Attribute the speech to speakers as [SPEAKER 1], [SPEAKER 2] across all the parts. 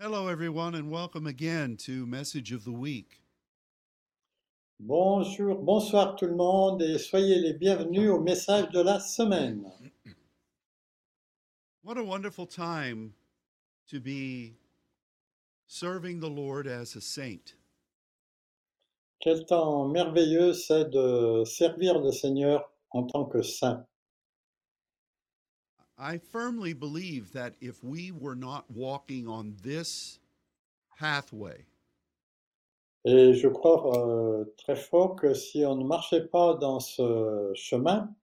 [SPEAKER 1] Hello, everyone, and welcome again to Message of the Week.
[SPEAKER 2] Bonjour, bonsoir tout le monde et soyez les bienvenus au message de la semaine.
[SPEAKER 1] What a wonderful time to be serving the Lord as a saint.
[SPEAKER 2] Quel temps merveilleux c'est de servir le Seigneur en tant que saint.
[SPEAKER 1] I firmly believe that if we were not walking on this pathway,
[SPEAKER 2] Et je crois euh, très fort que si on ne marchait pas dans ce chemin,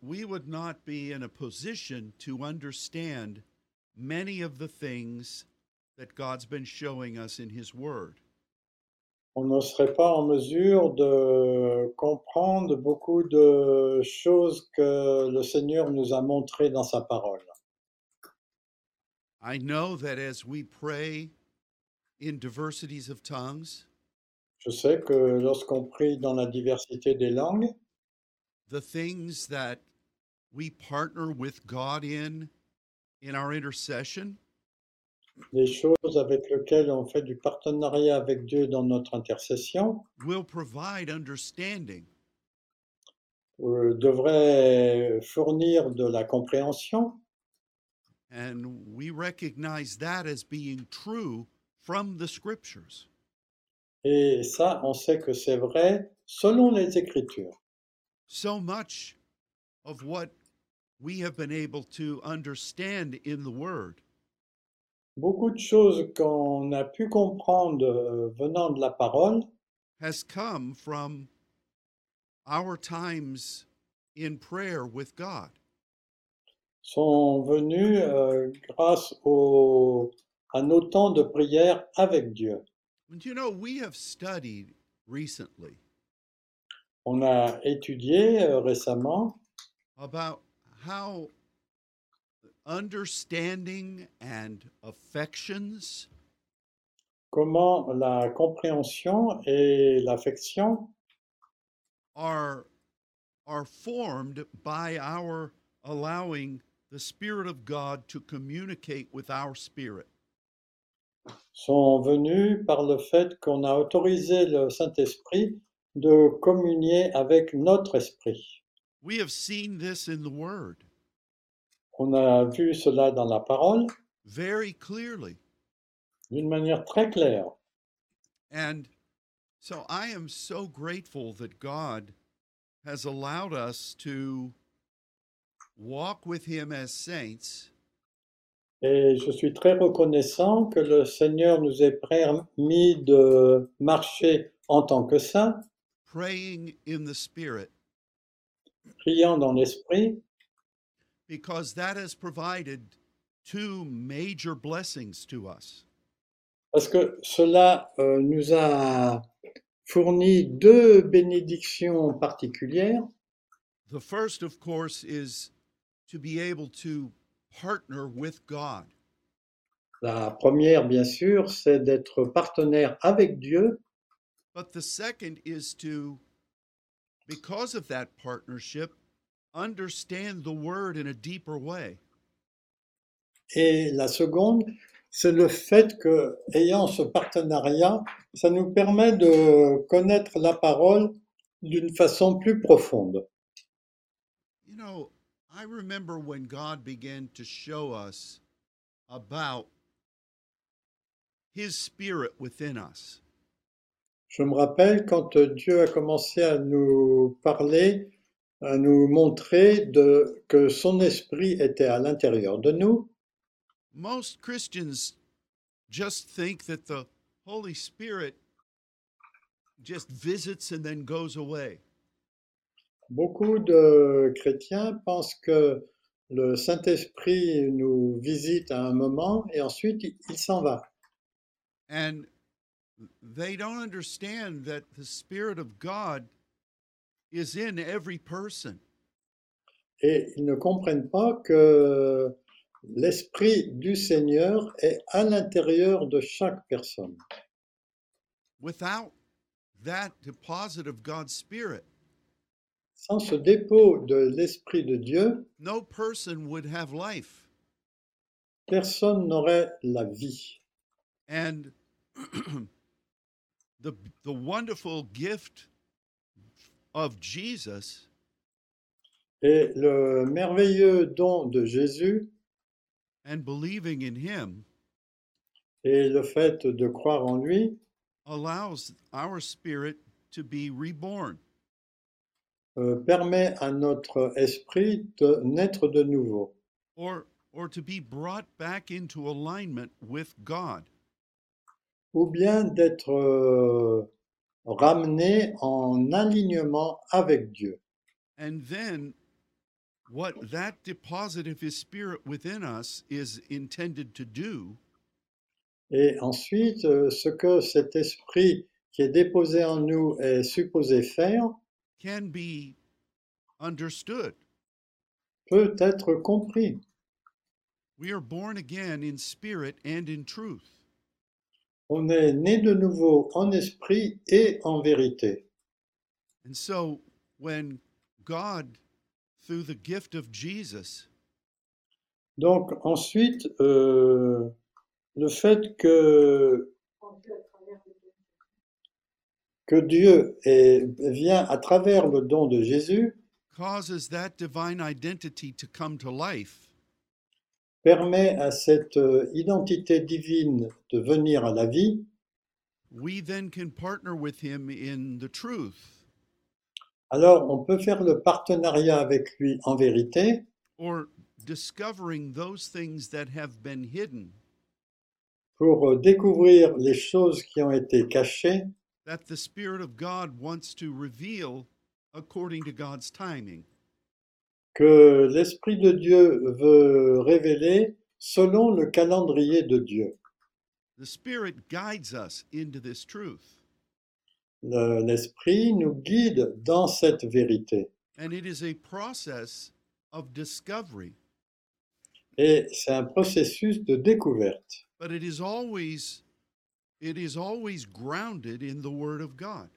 [SPEAKER 1] we would not be in a position to understand many of the things that God's been showing us in His Word.
[SPEAKER 2] on ne serait pas en mesure de comprendre beaucoup de choses que le Seigneur nous a montrées dans sa parole.
[SPEAKER 1] I know that as we pray in diversities of tongues,
[SPEAKER 2] Je sais que lorsqu'on prie dans la diversité des langues,
[SPEAKER 1] the things that we partner with God in in our intercession
[SPEAKER 2] les choses avec lesquelles on fait du partenariat avec Dieu dans notre intercession
[SPEAKER 1] will provide understanding.
[SPEAKER 2] euh, devraient fournir de la compréhension
[SPEAKER 1] And we recognize that as being true from the scriptures.
[SPEAKER 2] et ça on sait que c'est vrai selon les Écritures.
[SPEAKER 1] So much of what we have been able to understand in the Word
[SPEAKER 2] Beaucoup de choses qu'on a pu comprendre euh, venant de la parole
[SPEAKER 1] has come from our times in prayer with God.
[SPEAKER 2] sont venues euh, grâce au- à nos temps de prière avec Dieu.
[SPEAKER 1] And you know, we have studied recently
[SPEAKER 2] On a étudié euh, récemment
[SPEAKER 1] about how understanding and affections
[SPEAKER 2] comment la compréhension et l'affection
[SPEAKER 1] are are formed by our allowing the spirit of God to communicate with our spirit.
[SPEAKER 2] sont venus par le fait qu'on a autorisé le Saint-Esprit de communier avec notre esprit.
[SPEAKER 1] We have seen this in the word
[SPEAKER 2] On a vu cela dans la parole
[SPEAKER 1] very clearly.
[SPEAKER 2] d'une manière très claire.
[SPEAKER 1] And so I am so grateful that God has allowed us to walk with him as saints
[SPEAKER 2] Et je suis très reconnaissant que le Seigneur nous ait permis de marcher en tant que saints,
[SPEAKER 1] praying in the spirit
[SPEAKER 2] priant dans l'esprit,
[SPEAKER 1] because that has provided two major blessings to us.
[SPEAKER 2] parce que cela euh, nous a fourni deux bénédictions particulières.
[SPEAKER 1] The first, of course, is to be able to partner with God.
[SPEAKER 2] La première, bien sûr, c'est d'être partenaire avec Dieu
[SPEAKER 1] But the second is to, because of that partnership, understand the word in a deeper way.
[SPEAKER 2] Et la seconde, c'est le fait que, ayant ce partenariat, ça nous permet de connaître la parole d'une façon plus profonde.
[SPEAKER 1] You know, I remember when God began to show us about his spirit within us.
[SPEAKER 2] Je me rappelle quand Dieu a commencé à nous parler, à nous montrer de- que son esprit était à l'intérieur de nous.
[SPEAKER 1] Most Christians just think that the Holy Spirit just visits and then goes away.
[SPEAKER 2] Beaucoup de chrétiens pensent que le Saint-Esprit nous visite à un moment et ensuite il il s'en va.
[SPEAKER 1] And they don't understand that the Spirit of God is in every person.
[SPEAKER 2] Et ils ne comprennent pas que l'Esprit du Seigneur est à l'intérieur de chaque personne.
[SPEAKER 1] Without that deposit of God's Spirit,
[SPEAKER 2] Sans ce dépôt de l'Esprit de Dieu,
[SPEAKER 1] no person would have life.
[SPEAKER 2] personne n'aurait la vie.
[SPEAKER 1] And the, the wonderful gift of Jesus
[SPEAKER 2] Et le merveilleux don de Jésus
[SPEAKER 1] and believing in him
[SPEAKER 2] et le fait de croire en lui
[SPEAKER 1] allows our spirit to be reborn.
[SPEAKER 2] euh, permet à notre esprit de naître de nouveau
[SPEAKER 1] or or to be brought back into alignment with God.
[SPEAKER 2] ou bien d'être euh, ramené en alignement avec Dieu.
[SPEAKER 1] And then what that deposit of his spirit within us is intended to do
[SPEAKER 2] Et ensuite, euh, ce que cet esprit qui est déposé en nous est supposé faire
[SPEAKER 1] can be understood.
[SPEAKER 2] peut être compris.
[SPEAKER 1] We are born again in spirit and in truth.
[SPEAKER 2] On est né de nouveau en esprit et en vérité.
[SPEAKER 1] And so when God through the gift of Jesus
[SPEAKER 2] Donc ensuite, euh, le fait que, que Dieu est- vient à travers le don de Jésus
[SPEAKER 1] causes that divine identity to come to life,
[SPEAKER 2] permet à cette euh, identité divine de venir à la vie,
[SPEAKER 1] we then can partner with him in the truth.
[SPEAKER 2] alors on peut faire le partenariat avec lui en vérité
[SPEAKER 1] or discovering those things that have been hidden
[SPEAKER 2] pour euh, découvrir les choses qui ont été cachées
[SPEAKER 1] that the Spirit of God wants to reveal according to God's timing.
[SPEAKER 2] que l'Esprit de Dieu veut révéler selon le calendrier de Dieu.
[SPEAKER 1] The Spirit guides us into this truth,
[SPEAKER 2] Le- L'Esprit nous guide dans cette vérité.
[SPEAKER 1] and it is a process of discovery,
[SPEAKER 2] Et c'est un processus de découverte.
[SPEAKER 1] but it is always it is always grounded in the Word of God.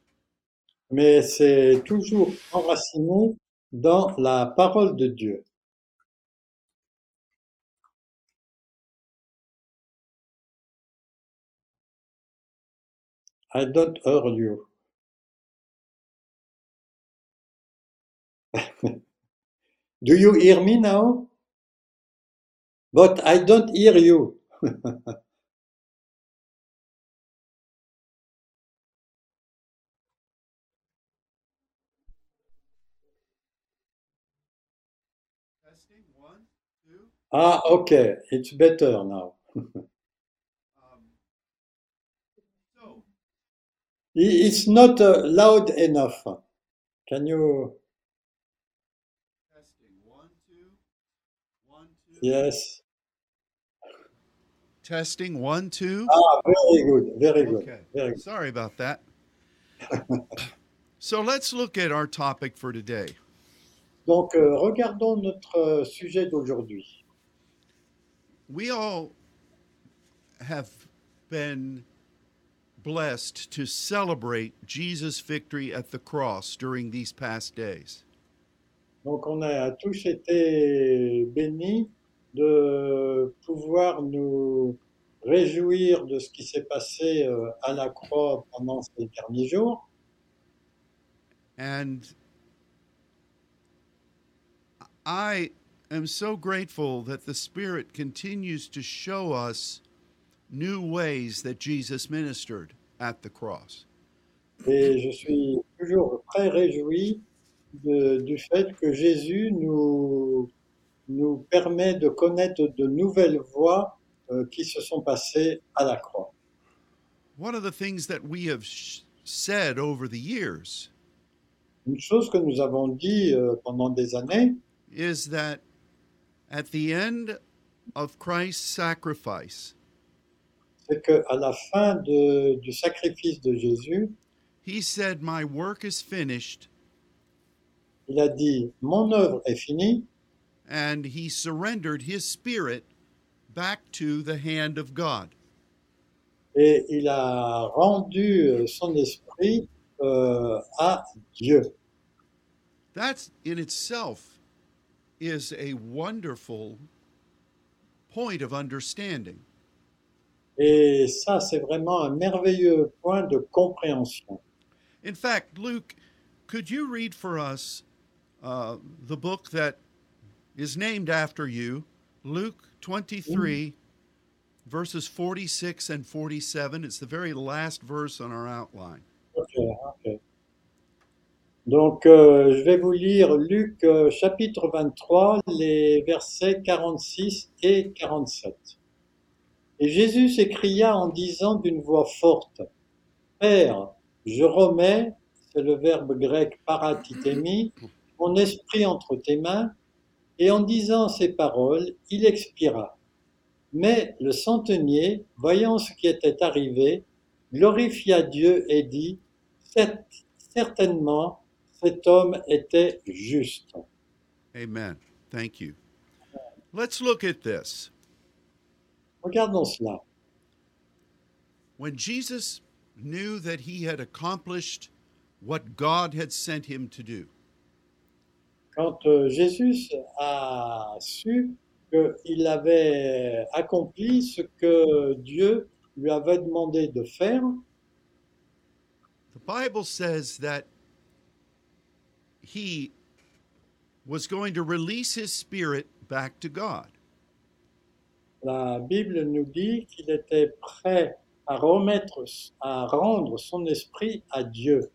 [SPEAKER 2] Mais c'est toujours enraciné dans la parole de Dieu. I don't hear you. Do you hear me now? But I don't hear you.
[SPEAKER 1] Testing one, two.
[SPEAKER 2] Ah, okay, it's better now.
[SPEAKER 1] Um, so
[SPEAKER 2] I- It's not uh, loud enough. Can you?
[SPEAKER 1] testing one, two, one, two.
[SPEAKER 2] Yes.
[SPEAKER 1] Testing one, two.
[SPEAKER 2] Ah, very good, very good,
[SPEAKER 1] Okay.
[SPEAKER 2] very good.
[SPEAKER 1] Sorry about that. so let's look at our topic for today.
[SPEAKER 2] Donc, euh, regardons notre euh, sujet d'aujourd'hui.
[SPEAKER 1] We all have been blessed to celebrate Jesus' victory at the cross during these past days.
[SPEAKER 2] Donc, on a tous été bénis de pouvoir nous réjouir de ce qui s'est passé euh, à la croix pendant ces derniers jours.
[SPEAKER 1] And I am so grateful that the Spirit continues to show us new ways that Jesus ministered at the cross.
[SPEAKER 2] Et je suis toujours très réjoui de- du fait que Jésus nous, nous permet de connaître de nouvelles voies euh, qui se sont passées à la croix.
[SPEAKER 1] One of the things that we have sh- said over the years
[SPEAKER 2] Une chose que nous avons dit euh, pendant des années,
[SPEAKER 1] is that at the end of Christ's sacrifice,
[SPEAKER 2] c'est qu'à la fin de- du sacrifice de Jésus,
[SPEAKER 1] he said, My work is finished,
[SPEAKER 2] il a dit Mon œuvre est finie
[SPEAKER 1] and he surrendered his spirit back to the hand of God.
[SPEAKER 2] et il a rendu euh, son esprit euh, à Dieu.
[SPEAKER 1] That in itself is a wonderful point of understanding.
[SPEAKER 2] Et ça, c'est vraiment un merveilleux point de compréhension.
[SPEAKER 1] In fact, Luke, could you read for us uh, the book that is named after you, Luke 23, verses 46 and 47? It's the very last verse on our outline.
[SPEAKER 2] Ok, ok. Donc, euh, je vais vous lire Luc euh, chapitre 23, les versets 46 et 47. Et Jésus s'écria en disant d'une voix forte, Père, je remets, c'est le verbe grec paratitemi, mon esprit entre tes mains, et en disant ces paroles, il expira. Mais le centenier, voyant ce qui était arrivé, glorifia Dieu et dit, Cert- certainement, cet homme était juste.
[SPEAKER 1] Amen. Thank you. Let's look at this.
[SPEAKER 2] Regardons cela.
[SPEAKER 1] When Jesus knew that he had accomplished what God had sent him to do,
[SPEAKER 2] Quand euh, Jésus a su qu'il avait accompli ce que Dieu lui avait demandé de faire,
[SPEAKER 1] the Bible says that he was going to release his spirit back to God.
[SPEAKER 2] la Bible nous dit qu'il était prêt à remettre, à rendre son esprit à Dieu.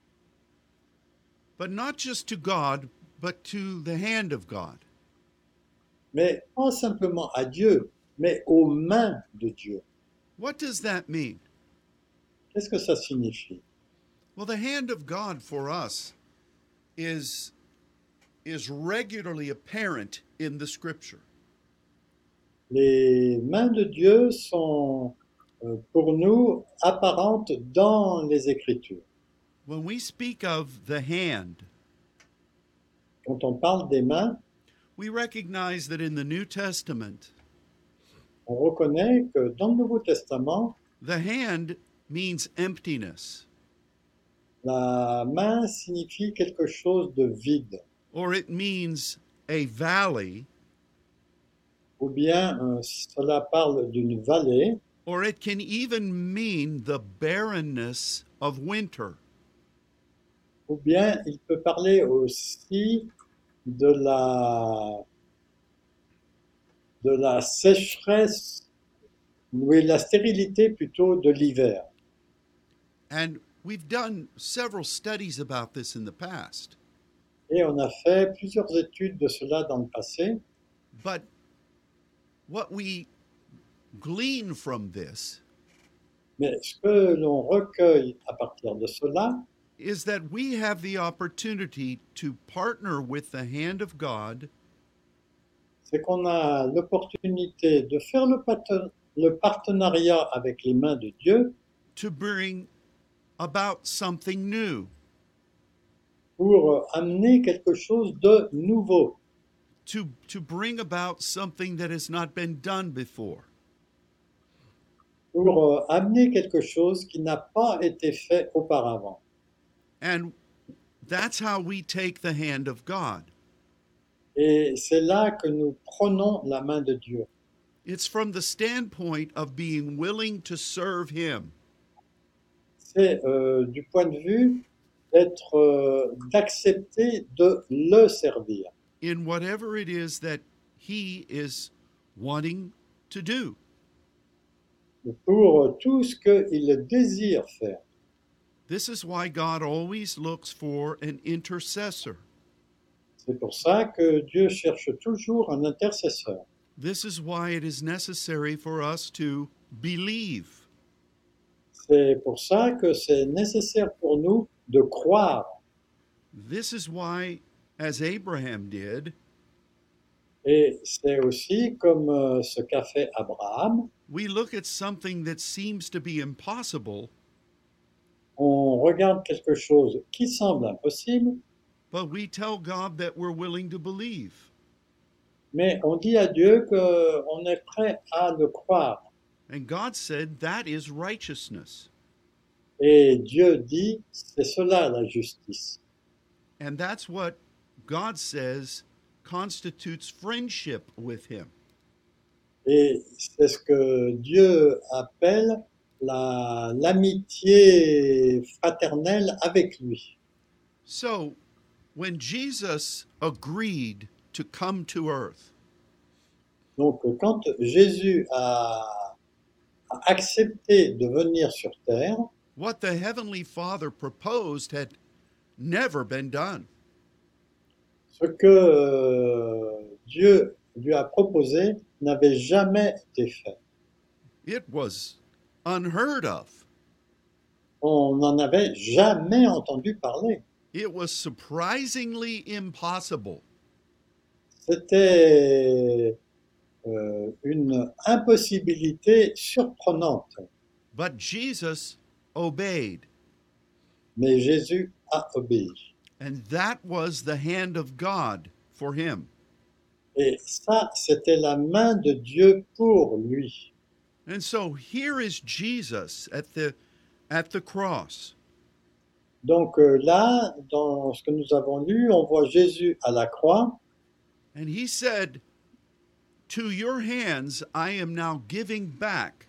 [SPEAKER 1] But not just to God, but to the hand of God.
[SPEAKER 2] Mais pas simplement à Dieu, mais aux mains de Dieu.
[SPEAKER 1] What does that mean?
[SPEAKER 2] Qu'est-ce que ça signifie
[SPEAKER 1] Well, the hand of God for us is is regularly apparent in the scripture.
[SPEAKER 2] les mains de Dieu sont euh, pour nous apparentes dans les Écritures.
[SPEAKER 1] When we speak of the hand,
[SPEAKER 2] Quand on parle des mains,
[SPEAKER 1] we recognize that in the New Testament,
[SPEAKER 2] on reconnaît que dans le Nouveau Testament,
[SPEAKER 1] the hand means emptiness
[SPEAKER 2] la main signifie quelque chose de vide
[SPEAKER 1] or it means a valley
[SPEAKER 2] ou bien euh, cela parle d'une vallée
[SPEAKER 1] or it can even mean the barrenness of winter.
[SPEAKER 2] ou bien il peut parler aussi de la de la sécheresse ou la stérilité plutôt de l'hiver.
[SPEAKER 1] And we've done several studies about this in the past.
[SPEAKER 2] Et on a fait plusieurs études de cela dans le passé.
[SPEAKER 1] But what we glean from this
[SPEAKER 2] Mais ce que l'on recueille à partir de cela,
[SPEAKER 1] is that we have the opportunity to partner with the hand of God
[SPEAKER 2] c'est qu'on a l'opportunité de faire le, paten- le partenariat avec les mains de Dieu
[SPEAKER 1] to bring about something new,
[SPEAKER 2] pour euh, amener quelque chose de nouveau,
[SPEAKER 1] to, to bring about something that has not been done before.
[SPEAKER 2] pour euh, amener quelque chose qui n'a pas été fait auparavant.
[SPEAKER 1] And that's how we take the hand of God.
[SPEAKER 2] Et c'est là que nous prenons la main de Dieu.
[SPEAKER 1] It's from the standpoint of being willing to serve Him.
[SPEAKER 2] C'est euh, du point de vue d'être, euh, d'accepter de le servir.
[SPEAKER 1] in whatever it is that he is wanting to do.
[SPEAKER 2] pour tout ce qu'il désire faire.
[SPEAKER 1] This is why God always looks for an intercessor.
[SPEAKER 2] C'est pour ça que Dieu cherche toujours un intercesseur.
[SPEAKER 1] This is why it is necessary for us to believe.
[SPEAKER 2] C'est pour ça que c'est nécessaire pour nous de croire.
[SPEAKER 1] This is why, as Abraham did,
[SPEAKER 2] Et c'est aussi comme euh, ce qu'a fait Abraham.
[SPEAKER 1] we look at something that seems to be impossible,
[SPEAKER 2] On regarde quelque chose qui semble impossible,
[SPEAKER 1] but we tell God that we're willing to believe.
[SPEAKER 2] mais on dit à Dieu qu'on est prêt à le croire.
[SPEAKER 1] And God said that is righteousness.
[SPEAKER 2] Et Dieu dit, c'est cela la justice.
[SPEAKER 1] And that's what God says constitutes friendship with him.
[SPEAKER 2] Et c'est ce que Dieu appelle la- l'amitié fraternelle avec lui.
[SPEAKER 1] So, when Jesus agreed to come to earth,
[SPEAKER 2] Donc quand Jésus a, a accepté de venir sur terre,
[SPEAKER 1] what the Heavenly Father proposed had never been done.
[SPEAKER 2] ce que euh, Dieu lui a proposé n'avait jamais été fait.
[SPEAKER 1] It was unheard of.
[SPEAKER 2] On n'en avait jamais entendu parler.
[SPEAKER 1] It was surprisingly impossible.
[SPEAKER 2] C'était euh, une impossibilité surprenante,
[SPEAKER 1] But Jesus obeyed,
[SPEAKER 2] mais Jésus a obéi.
[SPEAKER 1] and that was the hand of God for him.
[SPEAKER 2] Et ça, c'était la main de Dieu pour lui.
[SPEAKER 1] And so here is Jesus at the at the cross.
[SPEAKER 2] Donc euh, là, dans ce que nous avons lu, on voit Jésus à la croix
[SPEAKER 1] And he said, To your hands I am now giving back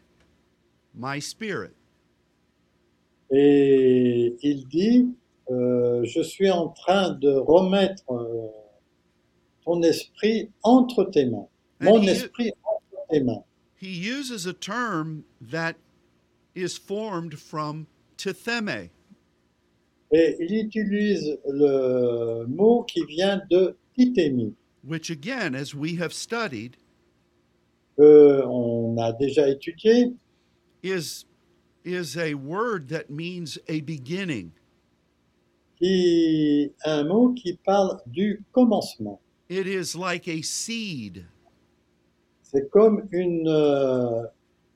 [SPEAKER 1] my spirit.
[SPEAKER 2] et il dit, euh, je suis en train de remettre euh, ton esprit entre tes mains. Mon
[SPEAKER 1] And he-
[SPEAKER 2] esprit entre tes mains.
[SPEAKER 1] He uses a term that is formed from titheme,
[SPEAKER 2] Et il utilise le mot qui vient de titémie,
[SPEAKER 1] which again, as we have studied,
[SPEAKER 2] que Euh, on a déjà étudié,
[SPEAKER 1] is is a word that means a beginning.
[SPEAKER 2] qui un mot qui parle du commencement.
[SPEAKER 1] It is like a seed
[SPEAKER 2] C'est comme une, euh,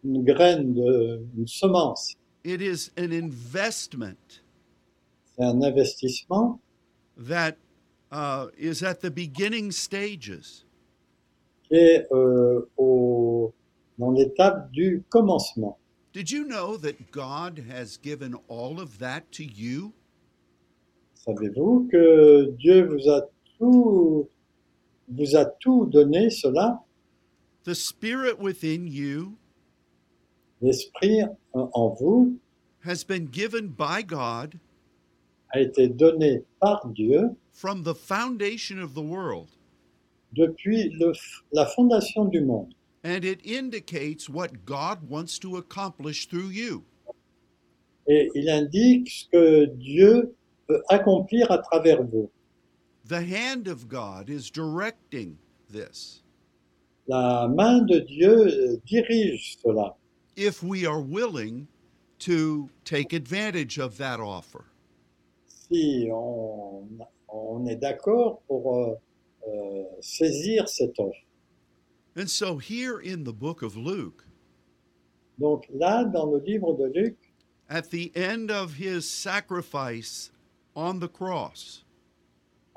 [SPEAKER 2] une graine, de, une semence.
[SPEAKER 1] It is an investment
[SPEAKER 2] C'est un investissement
[SPEAKER 1] that uh, is at the beginning stages.
[SPEAKER 2] qui est euh, au- dans l'étape du commencement.
[SPEAKER 1] Did you know that God has given all of that to you?
[SPEAKER 2] Savez-vous que Dieu vous a tout, vous a tout donné cela,
[SPEAKER 1] The spirit within you
[SPEAKER 2] l'esprit en en vous
[SPEAKER 1] has been given by God
[SPEAKER 2] a été donné par Dieu
[SPEAKER 1] from the foundation of the world,
[SPEAKER 2] depuis le f- la fondation du monde.
[SPEAKER 1] and it indicates what God wants to accomplish through you.
[SPEAKER 2] Et il indique ce que Dieu veut accomplir à travers vous.
[SPEAKER 1] The hand of God is directing this
[SPEAKER 2] La main de Dieu euh, dirige cela,
[SPEAKER 1] if we are willing to take advantage of that offer.
[SPEAKER 2] si on, on est d'accord pour euh, euh, saisir cette offre.
[SPEAKER 1] And so, here in the book of Luke,
[SPEAKER 2] Donc là, dans le livre de Luc,
[SPEAKER 1] at the end of his sacrifice on the cross,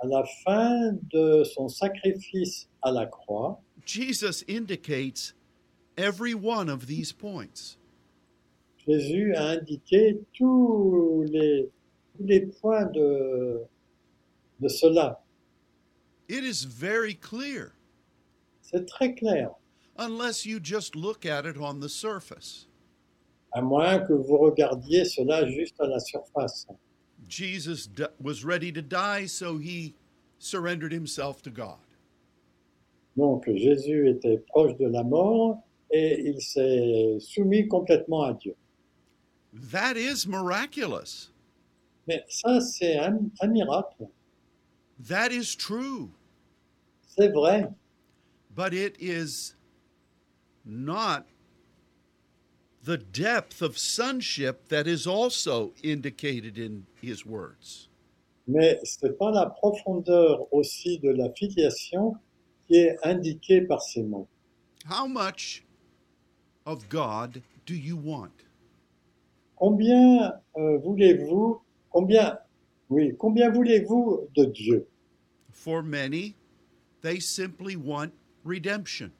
[SPEAKER 2] à la fin de son sacrifice à la croix,
[SPEAKER 1] Jesus indicates every one of these points.
[SPEAKER 2] Jésus a indiqué tous les, tous les points de, de cela.
[SPEAKER 1] It is very clear,
[SPEAKER 2] C'est très clair,
[SPEAKER 1] unless you just look at it on the surface.
[SPEAKER 2] à moins que vous regardiez cela juste à la surface.
[SPEAKER 1] Jesus d- was ready to die, so he surrendered himself to God.
[SPEAKER 2] Donc Jésus était proche de la mort et il s'est soumis complètement à Dieu.
[SPEAKER 1] That is miraculous.
[SPEAKER 2] Mais ça, c'est un, un miracle,
[SPEAKER 1] That is true,
[SPEAKER 2] c'est vrai,
[SPEAKER 1] but it is not the depth of sonship that is also indicated in his words.
[SPEAKER 2] mais ce n'est pas la profondeur aussi de la filiation qui est indiquée par ces mots.
[SPEAKER 1] How much of God do you want?
[SPEAKER 2] Combien euh, voulez-vous, combien, oui, combien voulez-vous de Dieu
[SPEAKER 1] For many, they simply want redemption.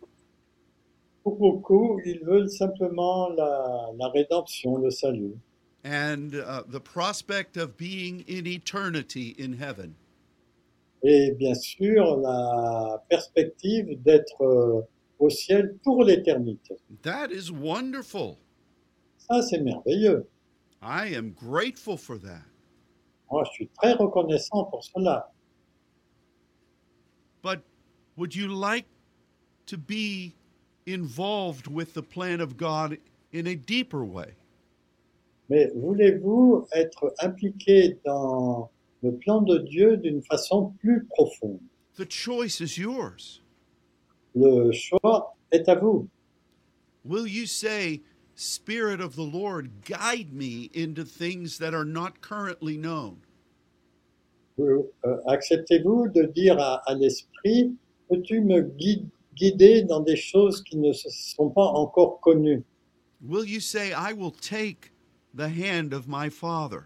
[SPEAKER 2] Pour beaucoup, ils veulent simplement la, la rédemption, le salut,
[SPEAKER 1] and uh, the prospect of being in eternity in heaven.
[SPEAKER 2] et bien sûr la perspective d'être euh, au ciel pour l'éternité.
[SPEAKER 1] That is wonderful.
[SPEAKER 2] Ça, c'est merveilleux.
[SPEAKER 1] I am grateful for that.
[SPEAKER 2] Moi, je suis très reconnaissant pour cela.
[SPEAKER 1] But would you like to be involved with the plan of God in a deeper way?
[SPEAKER 2] Mais voulez-vous être impliqué dans le plan de Dieu d'une façon plus profonde
[SPEAKER 1] The choice is yours.
[SPEAKER 2] Le choix est à vous.
[SPEAKER 1] Will you say, Spirit of the Lord, guide me into things that are not currently known?
[SPEAKER 2] Vous, euh, Acceptez-vous de dire à, à l'esprit, peux-tu me gui- guider dans des choses qui ne se- sont pas encore connues
[SPEAKER 1] Will you say, I will take the hand of my Father?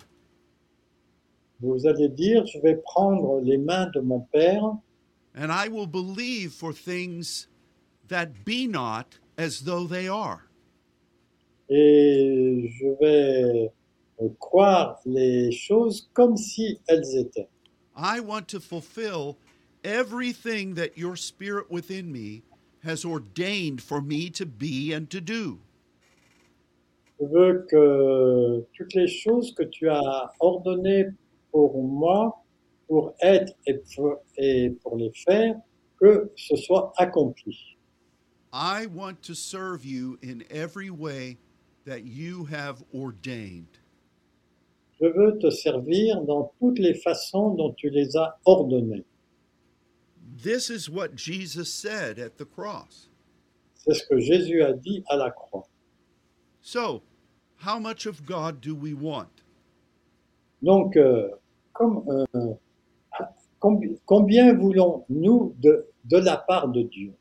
[SPEAKER 2] Vous allez dire, je vais prendre les mains de mon Père
[SPEAKER 1] and I will believe for things that be not as though they are.
[SPEAKER 2] et je vais euh, croire les choses comme si elles étaient.
[SPEAKER 1] I want to fulfill everything that your spirit within me has ordained for me to be and to do.
[SPEAKER 2] Je veux que toutes les choses que tu as ordonnées pour moi, pour être et pour, et pour les faire, que ce soit accompli.
[SPEAKER 1] I want to serve you in every way that you have ordained.
[SPEAKER 2] Je veux te servir dans toutes les façons dont tu les as ordonnées.
[SPEAKER 1] This is what Jesus said at the cross.
[SPEAKER 2] C'est ce que Jésus a dit à la croix.
[SPEAKER 1] So, how much of God do we want?
[SPEAKER 2] Donc, euh, comme, euh, combi- combien voulons-nous de, de la part de Dieu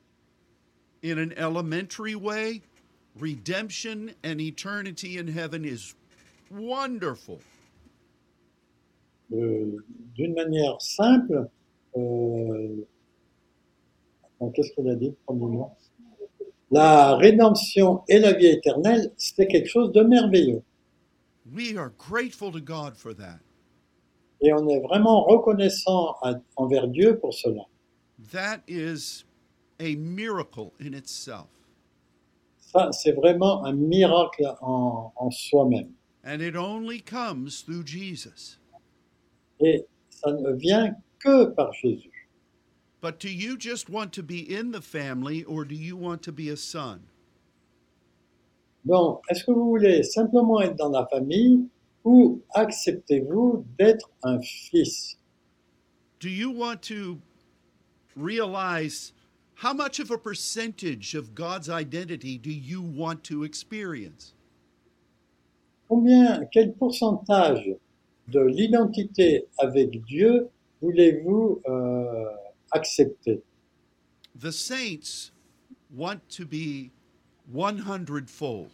[SPEAKER 1] in an elementary way, redemption and eternity in heaven is wonderful.
[SPEAKER 2] Euh, D'une manière simple, euh, attends, qu'est-ce qu'elle a dit premièrement La rédemption et la vie éternelle, c'est quelque chose de merveilleux.
[SPEAKER 1] We are grateful to God for that.
[SPEAKER 2] Et on est vraiment reconnaissant à- envers Dieu pour cela.
[SPEAKER 1] That is a miracle in itself,
[SPEAKER 2] Ça, c'est vraiment un miracle en, en soi-même.
[SPEAKER 1] and it only comes through Jesus.
[SPEAKER 2] Et ça ne vient que par Jésus.
[SPEAKER 1] But do you just want to be in the family or do you want to be a son?
[SPEAKER 2] Donc, est-ce que vous voulez simplement être dans la famille ou acceptez-vous d'être un fils
[SPEAKER 1] Do you want to realize how much of a percentage of God's identity do you want to experience?
[SPEAKER 2] Combien, quel pourcentage de l'identité avec Dieu voulez-vous euh, accepter
[SPEAKER 1] the saints want to be 100 fold.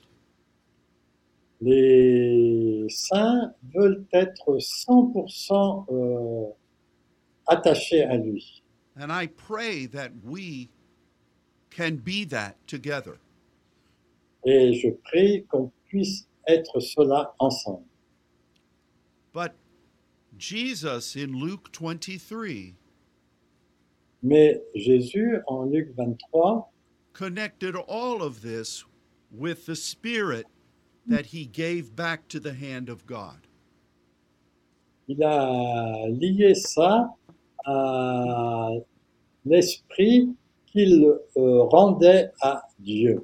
[SPEAKER 2] Les saints veulent être 100% euh, attachés à lui.
[SPEAKER 1] And I pray that we can be that together.
[SPEAKER 2] Et je prie qu'on puisse être cela ensemble.
[SPEAKER 1] But Jesus in Luke 23
[SPEAKER 2] Mais Jésus, en Luc 23,
[SPEAKER 1] connected all of this with the Spirit that he gave back to the hand of God.
[SPEAKER 2] il a lié ça à l'esprit qu'il euh, rendait à Dieu.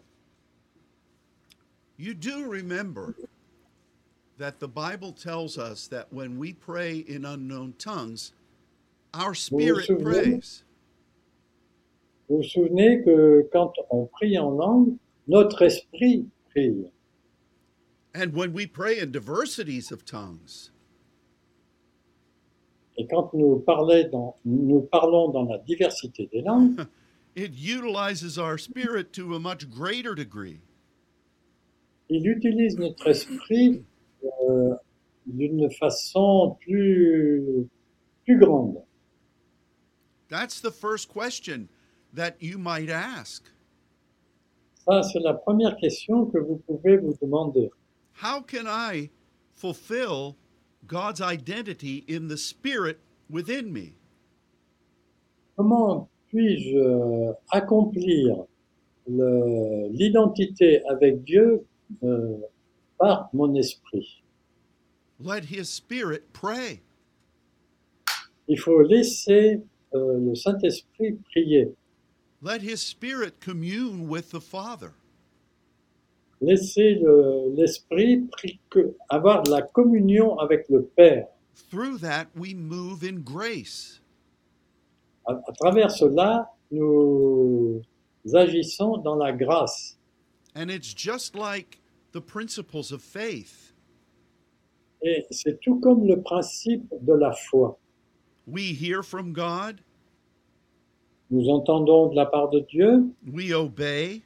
[SPEAKER 1] You do remember that the Bible tells us that when we pray in unknown tongues, our spirit
[SPEAKER 2] souvenez?
[SPEAKER 1] prays.
[SPEAKER 2] Vous vous souvenez que quand on prie en langue, notre esprit prie.
[SPEAKER 1] And when we pray in diversities of tongues,
[SPEAKER 2] Et quand nous, parlait dans- nous parlons dans la diversité des langues,
[SPEAKER 1] it utilizes our spirit to a much greater degree.
[SPEAKER 2] il utilise notre esprit euh, d'une façon plus, plus grande.
[SPEAKER 1] That's the first question that you might ask.
[SPEAKER 2] Ça, c'est la première question que vous pouvez vous demander.
[SPEAKER 1] How can I fulfill God's identity in the spirit within me?
[SPEAKER 2] Comment puis-je euh, accomplir le- l'identité avec Dieu euh, par mon esprit.
[SPEAKER 1] Let his spirit pray.
[SPEAKER 2] Il faut laisser euh, le Saint-Esprit prier,
[SPEAKER 1] Let his spirit commune with the Father.
[SPEAKER 2] laisser le- l'Esprit pri- que- avoir de la communion avec le Père.
[SPEAKER 1] Through that, we move in grace.
[SPEAKER 2] À, à travers cela, nous agissons dans la grâce.
[SPEAKER 1] And it's just like the principles of faith.
[SPEAKER 2] Et c'est tout comme le principe de la foi.
[SPEAKER 1] We hear from God,
[SPEAKER 2] Nous entendons de la part de Dieu,
[SPEAKER 1] we obey,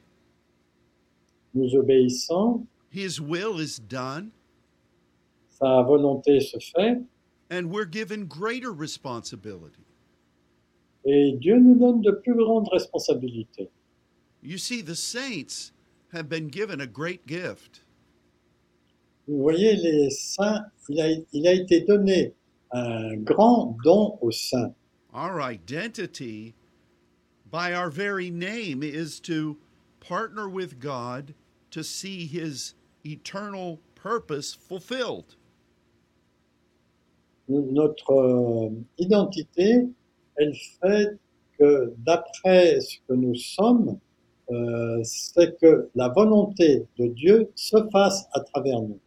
[SPEAKER 2] nous obéissons,
[SPEAKER 1] his will is done,
[SPEAKER 2] sa volonté se fait,
[SPEAKER 1] and we're given greater responsibility.
[SPEAKER 2] et Dieu nous donne de plus grandes responsabilités.
[SPEAKER 1] You see, the saints have been given a great gift.
[SPEAKER 2] Vous voyez, les saints, il a, il a été donné un grand don aux saints.
[SPEAKER 1] Our identity, by our very name, is to partner with God to see his eternal purpose fulfilled.
[SPEAKER 2] Notre euh, identité, elle fait que d'après ce que nous sommes, euh, c'est que la volonté de Dieu se fasse à travers nous.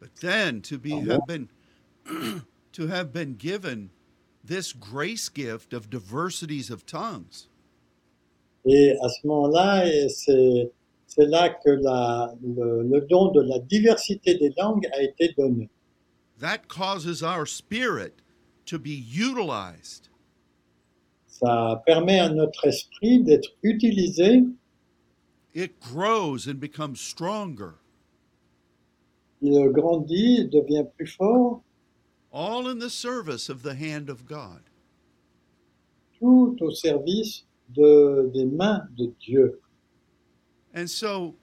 [SPEAKER 1] But then to be
[SPEAKER 2] Amen.
[SPEAKER 1] have been to have been given this grace gift of diversities of tongues.
[SPEAKER 2] Et à ce moment-là, et c'est c'est là que la- le, le don de la diversité des langues a été donné.
[SPEAKER 1] That causes our spirit to be utilized.
[SPEAKER 2] Ça permet à notre esprit d'être utilisé,
[SPEAKER 1] It grows and becomes stronger,
[SPEAKER 2] il grandit, il devient plus fort,
[SPEAKER 1] all in the service of the hand of God.
[SPEAKER 2] tout au service de, des mains de Dieu.
[SPEAKER 1] And so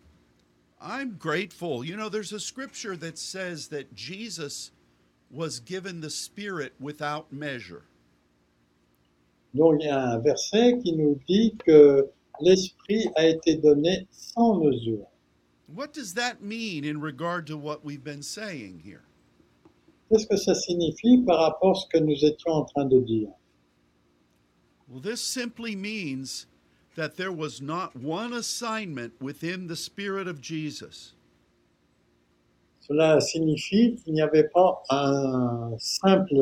[SPEAKER 1] I'm grateful. You know, there's a scripture that says that Jesus was given the Spirit without measure.
[SPEAKER 2] Donc il y a un verset qui nous dit que l'esprit a été donné sans mesure.
[SPEAKER 1] What does that mean in regard to what we've been saying here?
[SPEAKER 2] Qu'est-ce que ça signifie par rapport à ce que nous étions en train de dire
[SPEAKER 1] Well, this simply means that there was not one assignment within the Spirit of Jesus
[SPEAKER 2] Cela signifie qu'il n'y avait pas un simple,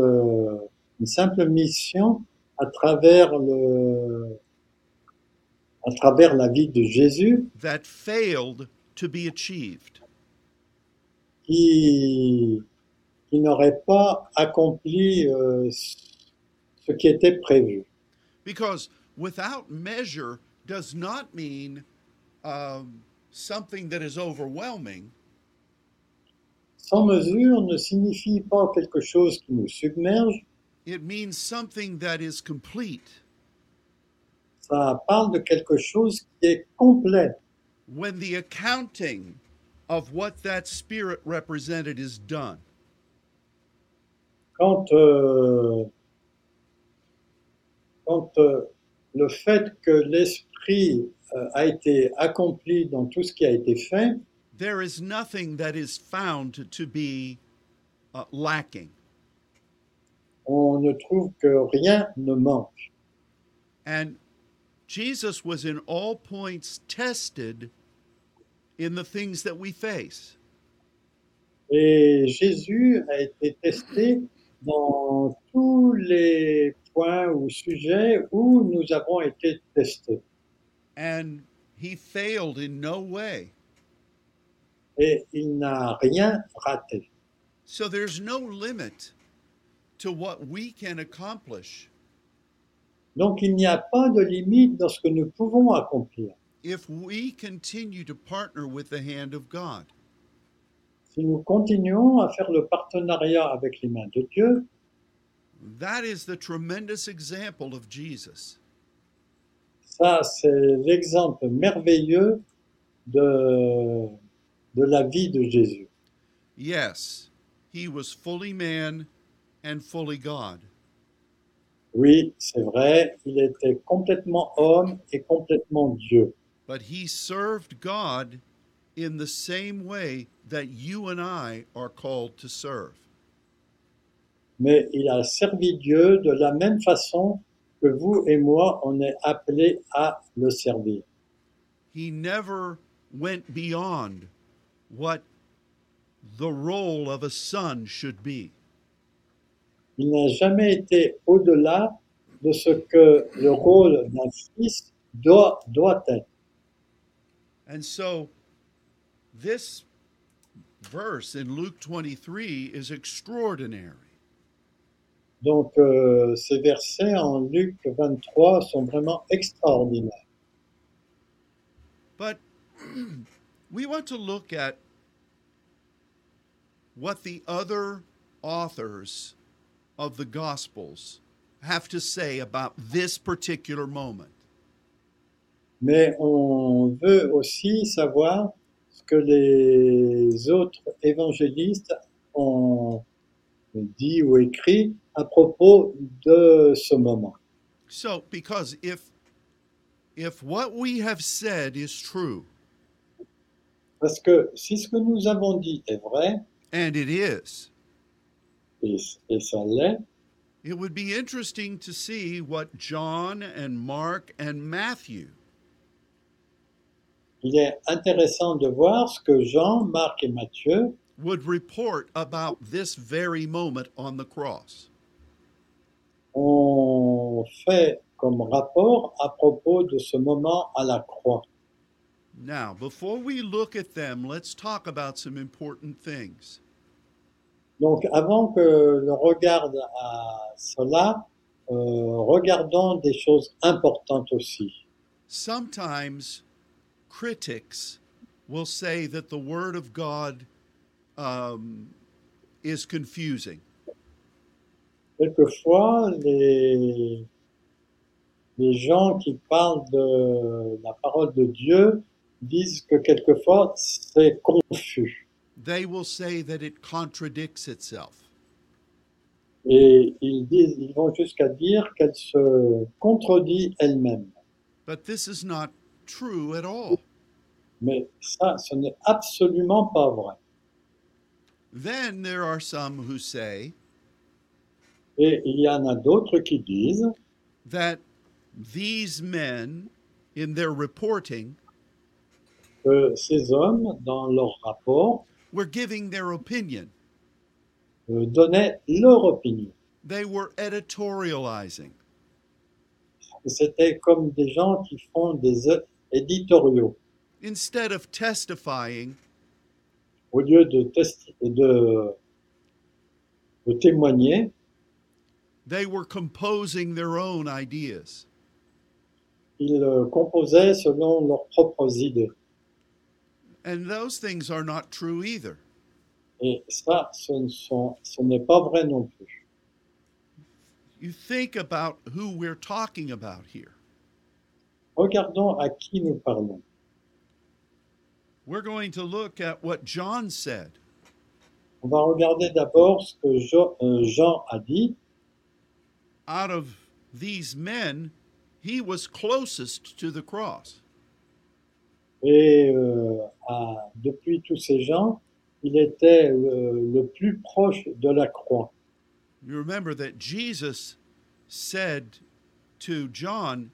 [SPEAKER 2] une simple mission à travers, le, à travers la vie de Jésus
[SPEAKER 1] that failed to be achieved.
[SPEAKER 2] qui, qui n'aurait pas accompli euh, ce qui était prévu.
[SPEAKER 1] Because without measure does not mean um, something that is overwhelming,
[SPEAKER 2] Sans mesure ne signifie pas quelque chose qui nous submerge,
[SPEAKER 1] it means something that is complete.
[SPEAKER 2] ça parle de quelque chose qui est complet.
[SPEAKER 1] When the accounting of what that Spirit represented is done,
[SPEAKER 2] quand, euh, quand euh, le fait que l'esprit euh, a été accompli dans tout ce qui a été fait,
[SPEAKER 1] there is nothing that is found to be uh, lacking.
[SPEAKER 2] on ne trouve que rien ne manque.
[SPEAKER 1] And Jesus was in all points tested in the things that we face.
[SPEAKER 2] Et Jésus a été testé dans tous les points ou sujets où nous avons été testés.
[SPEAKER 1] And he failed in no way.
[SPEAKER 2] Et il n'a rien raté.
[SPEAKER 1] So there's no limit to what we can accomplish
[SPEAKER 2] Donc il n'y a pas de limite dans ce que nous pouvons accomplir.
[SPEAKER 1] if we continue to partner with the hand of God.
[SPEAKER 2] si nous continuons à faire le partenariat avec les mains de Dieu,
[SPEAKER 1] That is the tremendous example of Jesus.
[SPEAKER 2] ça c'est l'exemple merveilleux de, de la vie de Jésus.
[SPEAKER 1] Yes, he was fully man and fully God.
[SPEAKER 2] Oui, c'est vrai, il était complètement homme et complètement Dieu.
[SPEAKER 1] but he served God in the same way that you and I are called to serve.
[SPEAKER 2] mais il a servi Dieu de la même façon que vous et moi, on est appelés à le servir.
[SPEAKER 1] He never went beyond what the role of a son should be.
[SPEAKER 2] Il n'a jamais été au-delà de ce que le rôle d'un fils doit, doit être.
[SPEAKER 1] And so this verse in Luke 23 is extraordinary.
[SPEAKER 2] Donc euh, ces versets en Luc 23 sont vraiment extraordinaires.
[SPEAKER 1] But we want to look at what the other authors of the Gospels have to say about this particular moment.
[SPEAKER 2] Mais on veut aussi savoir ce que les autres évangélistes ont dit ou écrit à propos de ce moment.
[SPEAKER 1] So, because if if what we have said is true,
[SPEAKER 2] Parce que si ce que nous avons dit est vrai,
[SPEAKER 1] and it is,
[SPEAKER 2] et, et ça l'est,
[SPEAKER 1] it would be interesting to see what John and Mark and Matthew
[SPEAKER 2] il est intéressant de voir ce que Jean, Marc et Matthieu
[SPEAKER 1] would report about this very moment on the cross.
[SPEAKER 2] ont fait comme rapport à propos de ce moment à la croix.
[SPEAKER 1] Now, before we look at them, let's talk about some important things.
[SPEAKER 2] Donc avant que l'on regarde à cela, euh, regardons des choses importantes aussi.
[SPEAKER 1] Sometimes critics will say that the Word of God um, is confusing.
[SPEAKER 2] Quelquefois, les, les gens qui parlent de la parole de Dieu disent que quelquefois c'est confus
[SPEAKER 1] They will say that it contradicts itself.
[SPEAKER 2] et ils, disent, ils vont jusqu'à dire qu'elle se contredit elle-même.
[SPEAKER 1] But this is not true at all.
[SPEAKER 2] Mais ça, ce n'est absolument pas vrai.
[SPEAKER 1] Then there are some who say
[SPEAKER 2] Et il y en a d'autres qui disent
[SPEAKER 1] that these men, in their reporting,
[SPEAKER 2] que ces hommes, dans leur rapport,
[SPEAKER 1] were giving their opinion.
[SPEAKER 2] euh, donnaient leur opinion.
[SPEAKER 1] They were editorializing.
[SPEAKER 2] C'était comme des gens qui font des é- éditoriaux.
[SPEAKER 1] Instead of testifying,
[SPEAKER 2] Au lieu de, testi- de, de témoigner,
[SPEAKER 1] they were composing their own ideas.
[SPEAKER 2] ils euh, composaient selon leurs propres idées.
[SPEAKER 1] And those things are not true either.
[SPEAKER 2] Et ça, ce ne sont- ce n'est pas vrai non plus.
[SPEAKER 1] You think about who we're talking about here.
[SPEAKER 2] Regardons à qui nous parlons.
[SPEAKER 1] We're going to look at what John said.
[SPEAKER 2] On va regarder d'abord ce que Jo- euh, Jean a dit.
[SPEAKER 1] Out of these men, he was closest to the cross.
[SPEAKER 2] Et euh, à- depuis tous ces gens, il était euh, le plus proche de la croix.
[SPEAKER 1] You remember that Jesus said to John,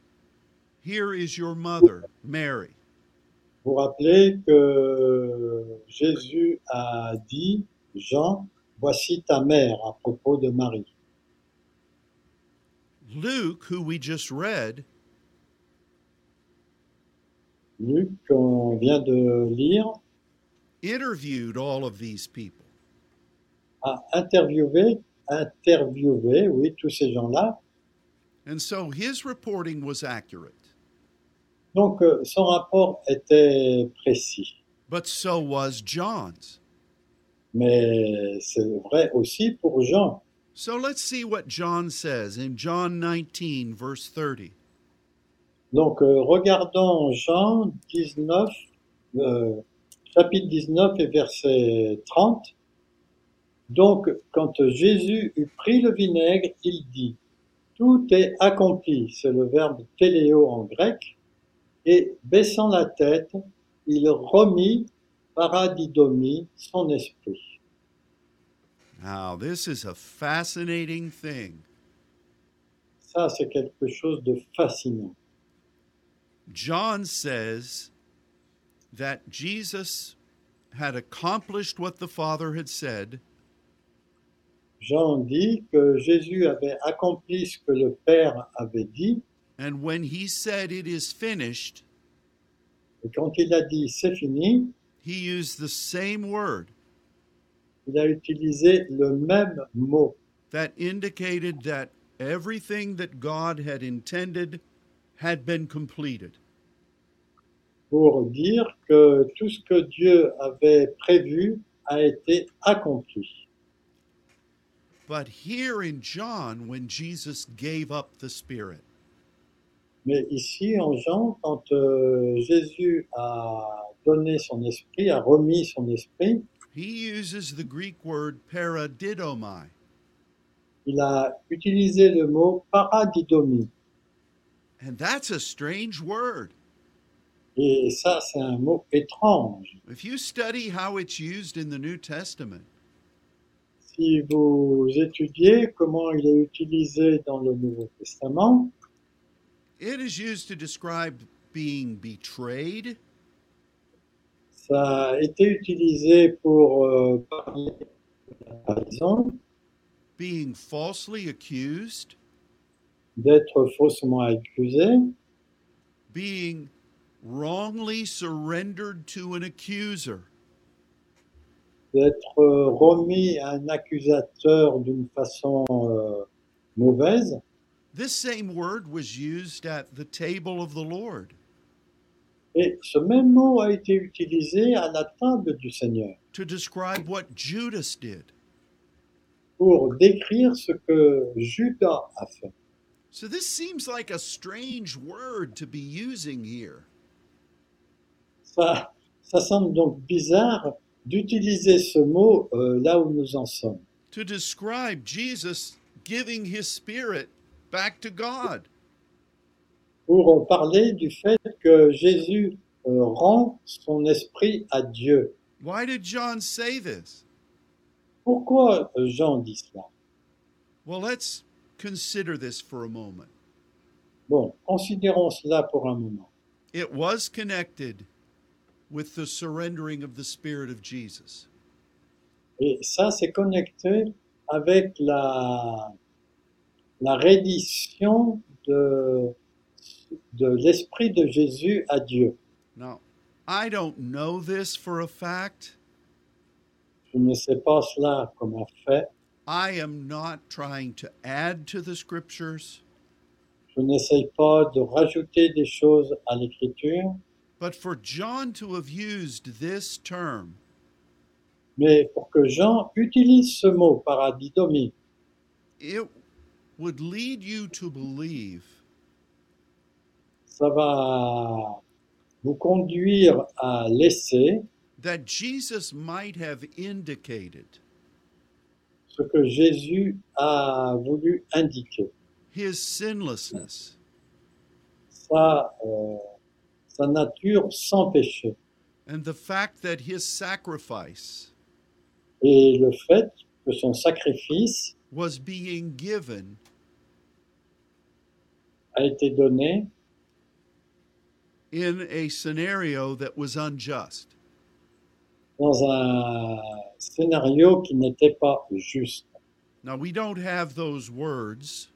[SPEAKER 1] Here is your mother, Mary.
[SPEAKER 2] Vous vous rappelez que Jésus a dit, Jean, voici ta mère à propos de Marie.
[SPEAKER 1] Luke, who we just read,
[SPEAKER 2] Luc, qu'on vient de lire,
[SPEAKER 1] interviewed all of these people.
[SPEAKER 2] a interviewé, interviewé, oui, tous ces gens-là.
[SPEAKER 1] And so his reporting was accurate.
[SPEAKER 2] Donc euh, son rapport était précis.
[SPEAKER 1] But so was John's.
[SPEAKER 2] Mais c'est vrai aussi pour Jean.
[SPEAKER 1] So let's see what John says in John 19, verse 30.
[SPEAKER 2] Donc, euh, regardons Jean 19, euh, chapitre 19 et verset 30. Donc, quand Jésus eut pris le vinaigre, il dit, Tout est accompli, c'est le verbe téléo en grec, et baissant la tête, il remit paradidomie son esprit.
[SPEAKER 1] Now, this is a fascinating thing.
[SPEAKER 2] Ça, c'est quelque chose de fascinant.
[SPEAKER 1] John says that Jesus had accomplished what the Father had said,
[SPEAKER 2] Jean dit que Jésus avait accompli ce que le Père avait dit,
[SPEAKER 1] and when he said it is finished,
[SPEAKER 2] et quand il a dit c'est fini,
[SPEAKER 1] he used the same word
[SPEAKER 2] il a utilisé le même mot
[SPEAKER 1] that indicated that everything that God had intended had been completed.
[SPEAKER 2] pour dire que tout ce que Dieu avait prévu a été accompli.
[SPEAKER 1] But here in John, when Jesus gave up the Spirit,
[SPEAKER 2] Mais ici, en Jean, quand euh, Jésus a donné son esprit, a remis son esprit,
[SPEAKER 1] he uses the Greek word paradidomai.
[SPEAKER 2] il a utilisé le mot paradidomie.
[SPEAKER 1] And that's a strange word.
[SPEAKER 2] Et ça, c'est un mot étrange.
[SPEAKER 1] If you study how it's used in the New Testament,
[SPEAKER 2] Si vous étudiez comment il est utilisé dans le Nouveau Testament,
[SPEAKER 1] it is used to describe being betrayed,
[SPEAKER 2] ça a été utilisé pour euh, parler de la trahison,
[SPEAKER 1] being falsely accused,
[SPEAKER 2] d'être faussement accusé,
[SPEAKER 1] being wrongly surrendered to an accuser.
[SPEAKER 2] d'être euh, remis à un accusateur d'une façon euh, mauvaise.
[SPEAKER 1] This same word was used at the table of the Lord
[SPEAKER 2] Et ce même mot a été utilisé à la table du Seigneur
[SPEAKER 1] to describe what Judas did.
[SPEAKER 2] pour décrire ce que Judas a fait.
[SPEAKER 1] So this seems like a strange word to be using here.
[SPEAKER 2] Ça, ça semble donc bizarre d'utiliser ce mot euh, là où nous en sommes,
[SPEAKER 1] to describe Jesus giving his spirit back to God.
[SPEAKER 2] pour parler du fait que Jésus euh, rend son esprit à Dieu.
[SPEAKER 1] Why did John say this?
[SPEAKER 2] Pourquoi euh, Jean dit cela
[SPEAKER 1] Well, let's consider this for a moment.
[SPEAKER 2] Bon, considérons cela pour un moment.
[SPEAKER 1] It was connected with the surrendering of the spirit of Jesus.
[SPEAKER 2] Et ça, c'est connecté avec la, la reddition de, de l'esprit de Jésus à Dieu.
[SPEAKER 1] Now, I don't know this for a fact.
[SPEAKER 2] Je ne sais pas cela comme un fait.
[SPEAKER 1] I am not trying to add to the scriptures,
[SPEAKER 2] Je n'essaye pas de rajouter des choses à l'écriture,
[SPEAKER 1] but for John to have used this term
[SPEAKER 2] mais pour que Jean utilise ce mot paradidomie,
[SPEAKER 1] it would lead you to believe
[SPEAKER 2] ça va vous conduire à laisser
[SPEAKER 1] that Jesus might have indicated
[SPEAKER 2] ce que Jésus a voulu indiquer.
[SPEAKER 1] his sinlessness,
[SPEAKER 2] sa, euh, sa nature sans péché
[SPEAKER 1] and the fact that his sacrifice
[SPEAKER 2] et le fait que son sacrifice
[SPEAKER 1] was being given
[SPEAKER 2] a été donné
[SPEAKER 1] in a scenario that was unjust.
[SPEAKER 2] dans un scénario qui n'était pas juste.
[SPEAKER 1] Now, we don't have those words,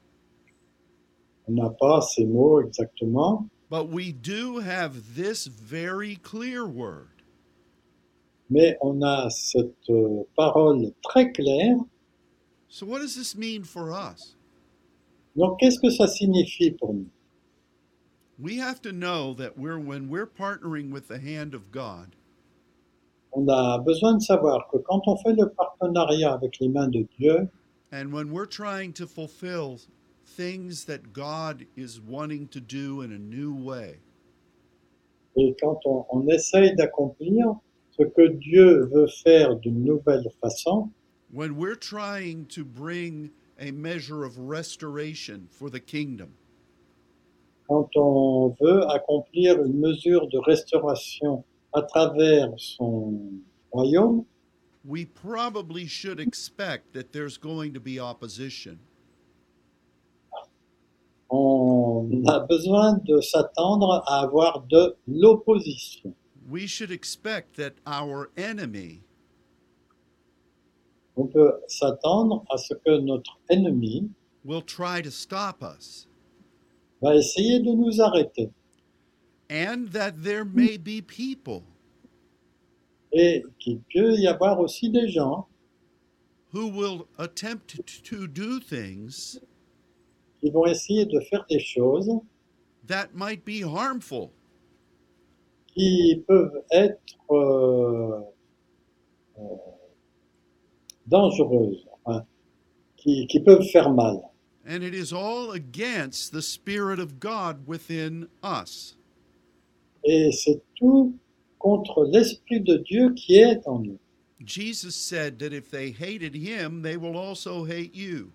[SPEAKER 2] On n'a pas ces mots exactement,
[SPEAKER 1] but we do have this very clear word
[SPEAKER 2] mais on a cette euh, parole très claire.
[SPEAKER 1] So, what does this mean for us?
[SPEAKER 2] Donc qu'est-ce que ça signifie pour nous
[SPEAKER 1] We have to know that we're when we're partnering with the hand of God,
[SPEAKER 2] On a besoin de savoir que quand on fait le partenariat avec les mains de Dieu
[SPEAKER 1] And when we're trying to fulfill things that God is wanting to do in a new way,
[SPEAKER 2] et quand on, on essaye d'accomplir ce que Dieu veut faire d'une nouvelle façon,
[SPEAKER 1] when we're trying to bring a measure of restoration for the kingdom,
[SPEAKER 2] quand on veut accomplir une mesure de restauration à travers son royaume,
[SPEAKER 1] we probably should expect that there's going to be opposition.
[SPEAKER 2] on a besoin de s'attendre à avoir de l'opposition.
[SPEAKER 1] We should expect that our enemy
[SPEAKER 2] On peut s'attendre à ce que notre ennemi
[SPEAKER 1] will try to stop us
[SPEAKER 2] va essayer de nous arrêter
[SPEAKER 1] and that there may be people
[SPEAKER 2] et qu'il peut y avoir aussi des gens
[SPEAKER 1] who will attempt t- to do things
[SPEAKER 2] qui vont essayer de faire des choses
[SPEAKER 1] that might be harmful.
[SPEAKER 2] qui peuvent être euh, euh, dangereuses, hein, qui, qui peuvent faire mal.
[SPEAKER 1] And it is all against the Spirit of God within us.
[SPEAKER 2] Et c'est tout contre l'Esprit de Dieu qui est en nous.
[SPEAKER 1] Jesus said that if they hated him, they will also hate you.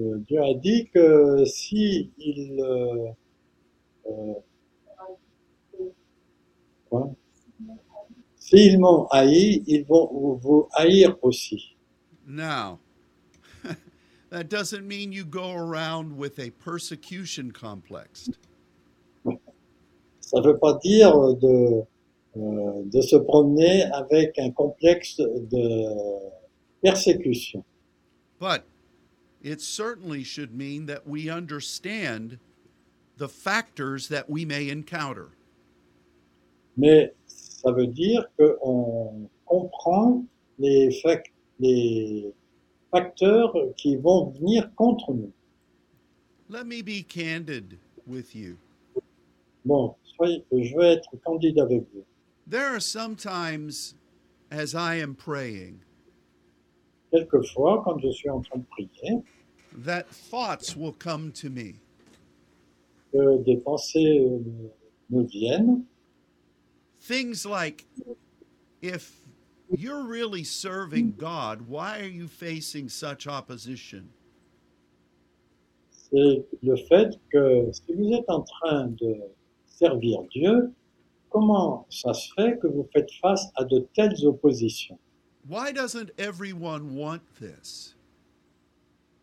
[SPEAKER 2] Euh, Dieu a dit que si il... euh, euh, quoi S'ils m'ont haï, ils vont vous haïr aussi.
[SPEAKER 1] Now, that doesn't mean you go around with a persecution complex.
[SPEAKER 2] Ça ne veut pas dire de, euh, de se promener avec un complexe de persécution.
[SPEAKER 1] But it certainly should mean that we understand the factors that we may encounter.
[SPEAKER 2] Mais ça veut dire qu'on comprend les, fac- les facteurs qui vont venir contre nous.
[SPEAKER 1] Let me be candid with you.
[SPEAKER 2] Bon, soyez- je vais être candide avec vous.
[SPEAKER 1] There are sometimes, as I am praying,
[SPEAKER 2] Quelquefois, quand je suis en train de prier,
[SPEAKER 1] that thoughts will come to me.
[SPEAKER 2] que des pensées euh, me viennent.
[SPEAKER 1] Things like, if you're really serving God, why are you facing such opposition?
[SPEAKER 2] C'est le fait que si vous êtes en train de servir Dieu, comment ça se fait que vous faites face à de telles oppositions
[SPEAKER 1] Why doesn't everyone want this?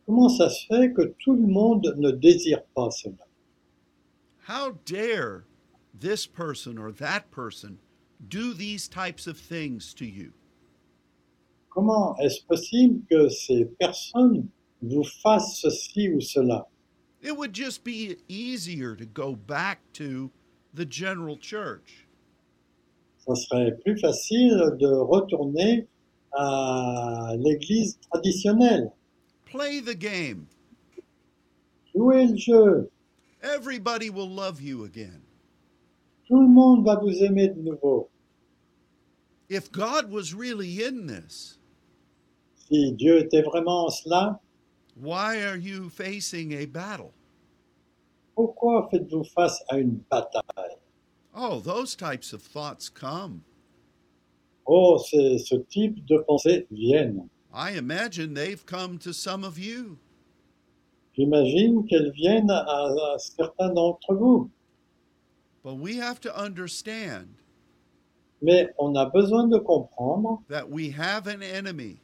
[SPEAKER 2] Comment ça se fait que tout le monde ne désire pas cela
[SPEAKER 1] How dare this person or that person do these types of things to you?
[SPEAKER 2] Comment est-ce possible que ces personnes vous fassent ceci ou cela
[SPEAKER 1] It would just be easier to go back to the general church.
[SPEAKER 2] Ça serait plus facile de retourner à l'église traditionnelle.
[SPEAKER 1] Play the game.
[SPEAKER 2] Jouez le jeu,
[SPEAKER 1] Everybody will love you again.
[SPEAKER 2] tout le monde va vous aimer de nouveau.
[SPEAKER 1] If God was really in this,
[SPEAKER 2] Si Dieu était vraiment en cela,
[SPEAKER 1] why are you facing a battle?
[SPEAKER 2] pourquoi faites-vous face à une bataille
[SPEAKER 1] Oh, those types of thoughts come.
[SPEAKER 2] Oh, c'est ce type de pensées viennent.
[SPEAKER 1] I imagine they've come to some of you.
[SPEAKER 2] J'imagine qu'elles viennent à, à certains d'entre vous,
[SPEAKER 1] But we have to understand
[SPEAKER 2] mais on a besoin de comprendre
[SPEAKER 1] that we have an enemy.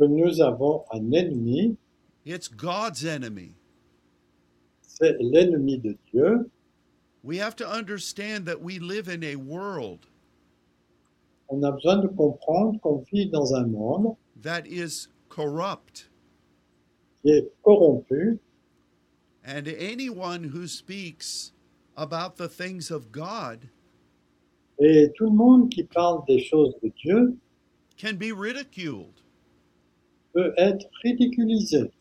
[SPEAKER 2] que nous avons un ennemi,
[SPEAKER 1] It's God's enemy.
[SPEAKER 2] c'est l'ennemi de Dieu.
[SPEAKER 1] We have to understand that we live in a world
[SPEAKER 2] On a besoin de comprendre qu'on vit dans un monde
[SPEAKER 1] that is corrupt,
[SPEAKER 2] qui est corrompu
[SPEAKER 1] and anyone who speaks about the things of God
[SPEAKER 2] et tout le monde qui parle des choses de Dieu
[SPEAKER 1] can be ridiculed.
[SPEAKER 2] peut être ridiculisé.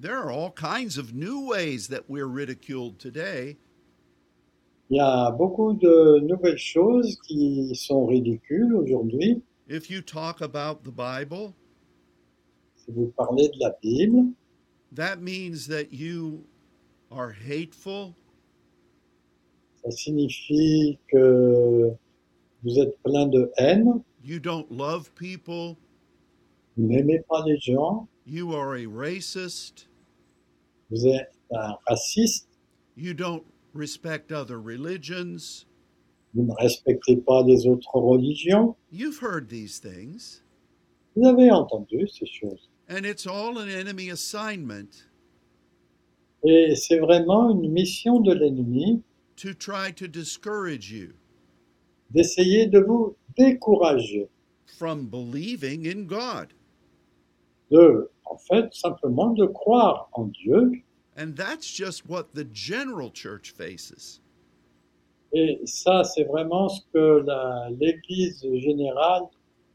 [SPEAKER 1] There are all kinds of new ways that we're ridiculed today,
[SPEAKER 2] Il y a beaucoup de nouvelles choses qui sont ridicules aujourd'hui.
[SPEAKER 1] if you talk about the Bible,
[SPEAKER 2] Si vous parlez de la Bible,
[SPEAKER 1] that means that you are hateful,
[SPEAKER 2] ça signifie que vous êtes plein de haine,
[SPEAKER 1] you don't love people,
[SPEAKER 2] vous n'aimez pas les gens,
[SPEAKER 1] you are a racist,
[SPEAKER 2] vous êtes un raciste,
[SPEAKER 1] You don't respect other religions.
[SPEAKER 2] Vous ne respectez pas les autres religions.
[SPEAKER 1] You've heard these things.
[SPEAKER 2] Vous avez entendu ces choses.
[SPEAKER 1] And it's all an enemy assignment
[SPEAKER 2] Et c'est vraiment une mission de l'ennemi
[SPEAKER 1] to try to discourage you
[SPEAKER 2] d'essayer de vous décourager,
[SPEAKER 1] from believing in God.
[SPEAKER 2] de, en fait, simplement de croire en Dieu.
[SPEAKER 1] And that's just what the general church faces.
[SPEAKER 2] Et ça, c'est vraiment ce que la- l'Église générale,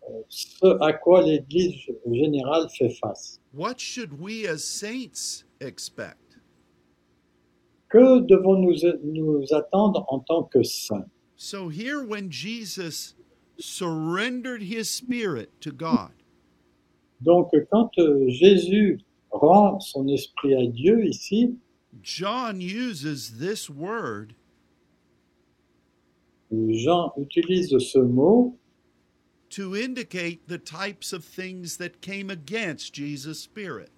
[SPEAKER 2] euh, ce à quoi l'Église générale fait face.
[SPEAKER 1] What should we as saints expect?
[SPEAKER 2] Que devons-nous nous attendre en tant que saints
[SPEAKER 1] So, here when Jesus surrendered his spirit to God,
[SPEAKER 2] Donc, quand euh, Jésus rend son esprit à Dieu ici,
[SPEAKER 1] John uses this word
[SPEAKER 2] Jean utilise ce mot
[SPEAKER 1] to indicate the types of things that came against Jesus' spirit.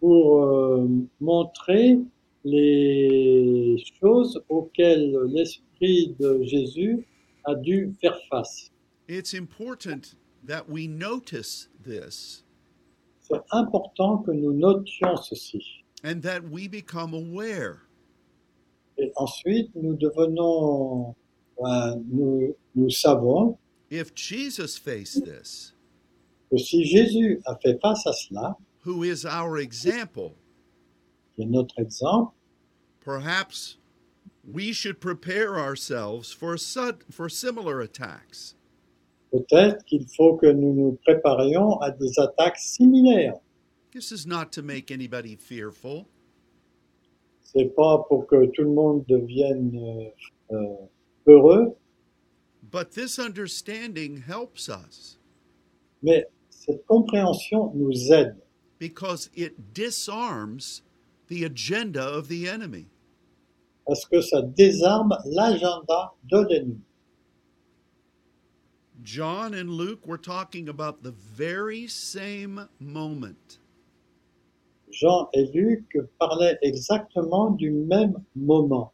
[SPEAKER 2] pour euh, montrer les choses auxquelles l'esprit de Jésus a dû faire face.
[SPEAKER 1] It's important that we notice this
[SPEAKER 2] C'est important que nous notions ceci.
[SPEAKER 1] and that we become aware.
[SPEAKER 2] Et ensuite, nous devenons, euh, nous, nous savons
[SPEAKER 1] If Jesus faced this,
[SPEAKER 2] que si Jésus a fait face à cela,
[SPEAKER 1] who is our example,
[SPEAKER 2] qui est notre exemple,
[SPEAKER 1] perhaps we should prepare ourselves for, sud- for similar attacks.
[SPEAKER 2] peut-être qu'il faut que nous nous préparions à des attaques similaires.
[SPEAKER 1] This is not to make anybody fearful,
[SPEAKER 2] C'est pas pour que tout le monde devienne euh, euh, heureux,
[SPEAKER 1] but this understanding helps us
[SPEAKER 2] mais cette compréhension nous aide
[SPEAKER 1] because it disarms the agenda of the enemy.
[SPEAKER 2] parce que ça désarme l'agenda de l'ennemi.
[SPEAKER 1] John and Luke were talking about the very same moment.
[SPEAKER 2] Jean et Luc parlaient exactement du même moment.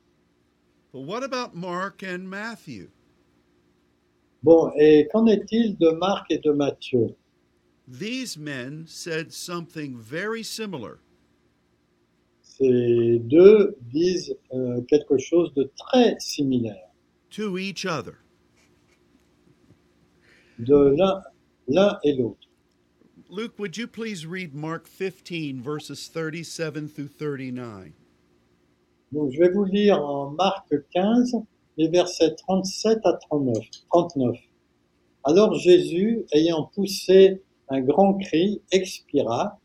[SPEAKER 1] But what about Mark and Matthew?
[SPEAKER 2] Bon, et qu'en est-il de Marc et de Matthieu
[SPEAKER 1] These men said something very similar.
[SPEAKER 2] Ces deux disent euh, quelque chose de très similaire,
[SPEAKER 1] to each other.
[SPEAKER 2] de l'un- l'un et l'autre.
[SPEAKER 1] Luke, would you please read Mark 15, verses 37 through 39?
[SPEAKER 2] Donc, je vais vous lire en Marc 15, les versets 37 à 39. 39. Alors Jésus, ayant poussé un grand cri, expira,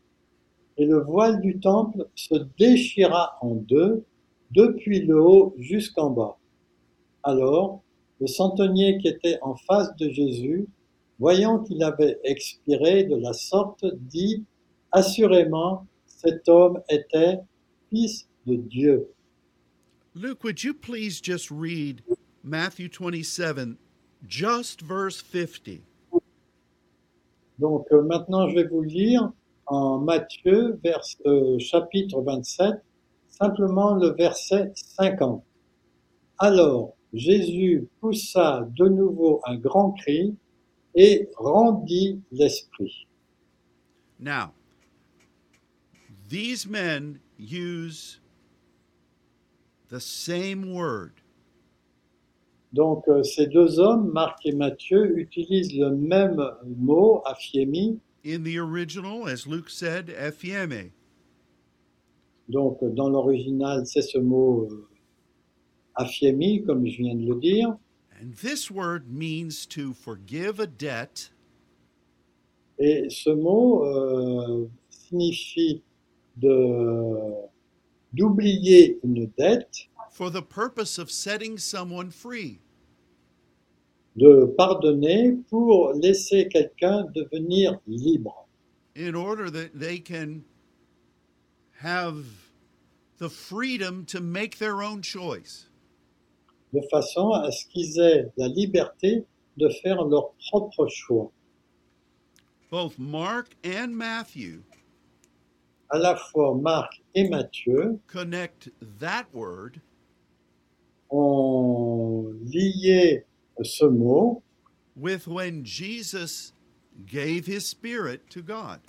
[SPEAKER 2] et le voile du temple se déchira en deux, depuis le haut jusqu'en bas. Alors, le centenier qui était en face de Jésus, voyant qu'il avait expiré de la sorte, dit, Assurément, cet homme était fils de Dieu.
[SPEAKER 1] Luke, would you please just read Matthew 27, just verse 50?
[SPEAKER 2] Donc euh, maintenant, je vais vous lire en Matthieu, vers, euh, chapitre 27, simplement le verset 50. Alors Jésus poussa de nouveau un grand cri et rendit l'esprit.
[SPEAKER 1] Now, these men use the same word,
[SPEAKER 2] Donc euh, ces deux hommes, Marc et Matthieu, utilisent le même mot, aphiemi,
[SPEAKER 1] in the original, as Luke said, E Ephieme.
[SPEAKER 2] donc euh, dans l'original c'est ce mot euh, aphiemi, comme je viens de le dire.
[SPEAKER 1] And this word means to forgive a debt
[SPEAKER 2] Et ce mot euh, signifie de d'oublier une dette,
[SPEAKER 1] for the purpose of setting someone free.
[SPEAKER 2] de pardonner pour laisser quelqu'un devenir libre,
[SPEAKER 1] in order that they can have the freedom to make their own choice.
[SPEAKER 2] de façon à ce qu'ils aient la liberté de faire leur propre choix.
[SPEAKER 1] Both Mark and Matthew
[SPEAKER 2] à la fois Marc et Matthieu
[SPEAKER 1] connect that word
[SPEAKER 2] ont lié ce mot
[SPEAKER 1] with when Jesus gave his spirit to God.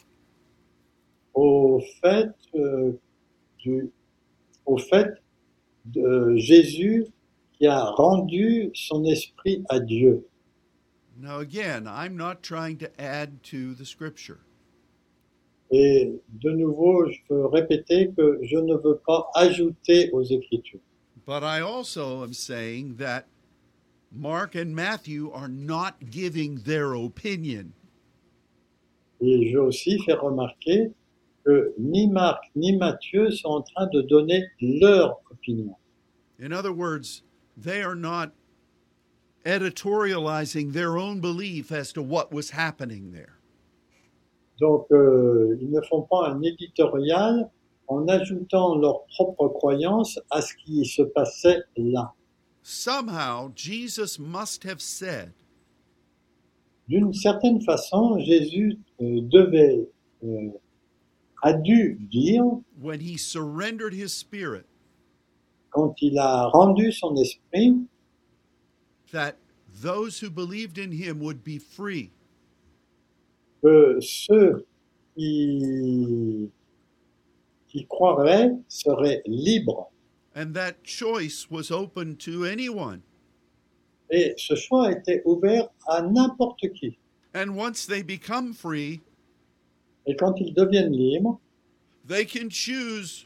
[SPEAKER 2] au fait, euh, du, au fait de euh, Jésus qui a rendu son esprit à Dieu.
[SPEAKER 1] Now, again, I'm not trying to add to the scripture.
[SPEAKER 2] Et de nouveau, je veux répéter que je ne veux pas ajouter aux Écritures.
[SPEAKER 1] But I also am saying that Mark and Matthew are not giving their opinion.
[SPEAKER 2] Et je veux aussi faire remarquer que ni Marc ni Matthieu sont en train de donner leur opinion.
[SPEAKER 1] In other words, they are not editorializing their own belief as to what was happening there.
[SPEAKER 2] Donc, euh, ils ne font pas un éditorial en ajoutant leur propre croyance à ce qui se passait là.
[SPEAKER 1] Somehow, Jesus must have said,
[SPEAKER 2] D'une certaine façon, Jésus euh, devait, euh, a dû dire,
[SPEAKER 1] when he surrendered his spirit,
[SPEAKER 2] quand il a rendu son esprit,
[SPEAKER 1] that those who believed in him would be free.
[SPEAKER 2] que ceux qui, qui croiraient seraient libres.
[SPEAKER 1] And that choice was open to anyone.
[SPEAKER 2] Et ce choix était ouvert à n'importe qui.
[SPEAKER 1] And once they become free,
[SPEAKER 2] Et quand ils deviennent libres,
[SPEAKER 1] they can choose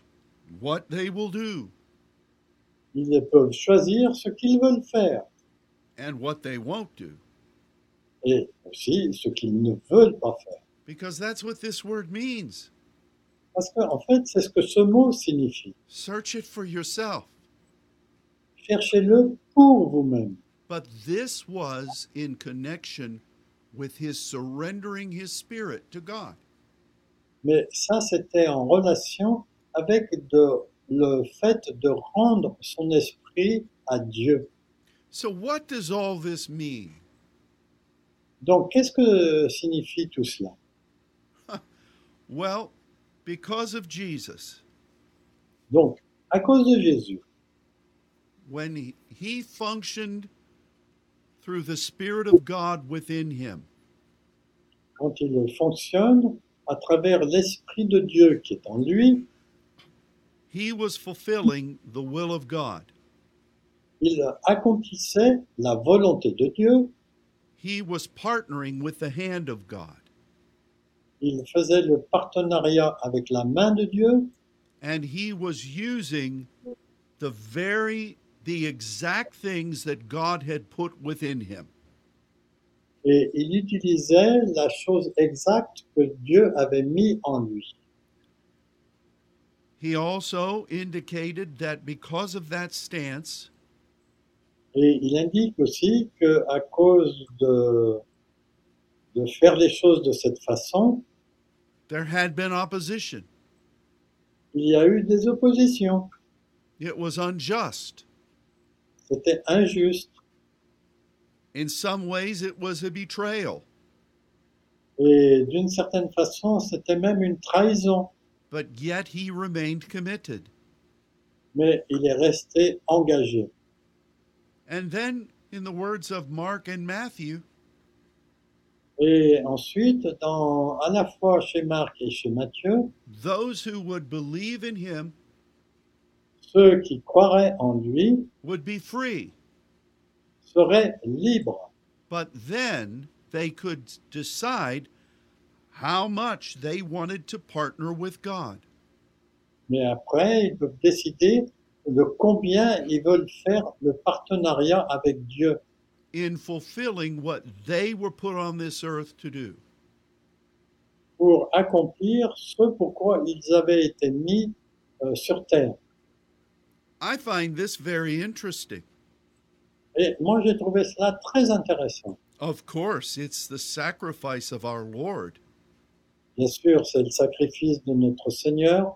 [SPEAKER 1] what they will do.
[SPEAKER 2] ils peuvent choisir ce qu'ils veulent faire
[SPEAKER 1] and what they won't do,
[SPEAKER 2] et aussi ce qu'ils ne veulent pas faire.
[SPEAKER 1] because that's what this word means.
[SPEAKER 2] Parce que, en fait, c'est ce que ce mot signifie.
[SPEAKER 1] Search it for yourself.
[SPEAKER 2] Cherchez-le pour vous-même.
[SPEAKER 1] But this was in connection with his surrendering his spirit to God.
[SPEAKER 2] Mais ça, c'était en relation avec de- le fait de rendre son esprit à Dieu.
[SPEAKER 1] So, what does all this mean?
[SPEAKER 2] Donc, qu'est-ce que signifie tout cela
[SPEAKER 1] Well, because of Jesus,
[SPEAKER 2] Donc, à cause de Jésus,
[SPEAKER 1] when he, he functioned through the Spirit of God within him,
[SPEAKER 2] quand il fonctionne à travers l'esprit de Dieu qui est en lui,
[SPEAKER 1] he was fulfilling the will of God.
[SPEAKER 2] il accomplissait la volonté de Dieu,
[SPEAKER 1] He was partnering with the hand of God,
[SPEAKER 2] il faisait le partenariat avec la main de Dieu
[SPEAKER 1] and he was using the very the exact things that God had put within him.
[SPEAKER 2] et il utilisait la chose exacte que Dieu avait mis en lui.
[SPEAKER 1] He also indicated that because of that stance,
[SPEAKER 2] Et il indique aussi que à cause de, de faire les choses de cette façon,
[SPEAKER 1] there had been opposition.
[SPEAKER 2] il y a eu des oppositions.
[SPEAKER 1] It was unjust.
[SPEAKER 2] C'était injuste.
[SPEAKER 1] In some ways, it was a betrayal.
[SPEAKER 2] Et d'une certaine façon, c'était même une trahison.
[SPEAKER 1] But yet he remained committed.
[SPEAKER 2] Mais il est resté engagé.
[SPEAKER 1] And then, in the words of Mark and Matthew,
[SPEAKER 2] Et ensuite, dans, à la fois chez Marc et chez Matthieu,
[SPEAKER 1] those who would believe in him
[SPEAKER 2] ceux qui croiraient en lui
[SPEAKER 1] would be free.
[SPEAKER 2] seraient libres.
[SPEAKER 1] But then they could decide how much they wanted to partner with God.
[SPEAKER 2] Mais après, ils peuvent décider de combien ils veulent faire le partenariat avec Dieu.
[SPEAKER 1] in fulfilling what they were put on this earth to do.
[SPEAKER 2] pour accomplir ce pourquoi ils avaient été mis euh, sur terre.
[SPEAKER 1] I find this very interesting.
[SPEAKER 2] Et moi, j'ai trouvé cela très intéressant.
[SPEAKER 1] Of course, it's the sacrifice of our Lord.
[SPEAKER 2] Bien sûr, c'est le sacrifice de notre Seigneur.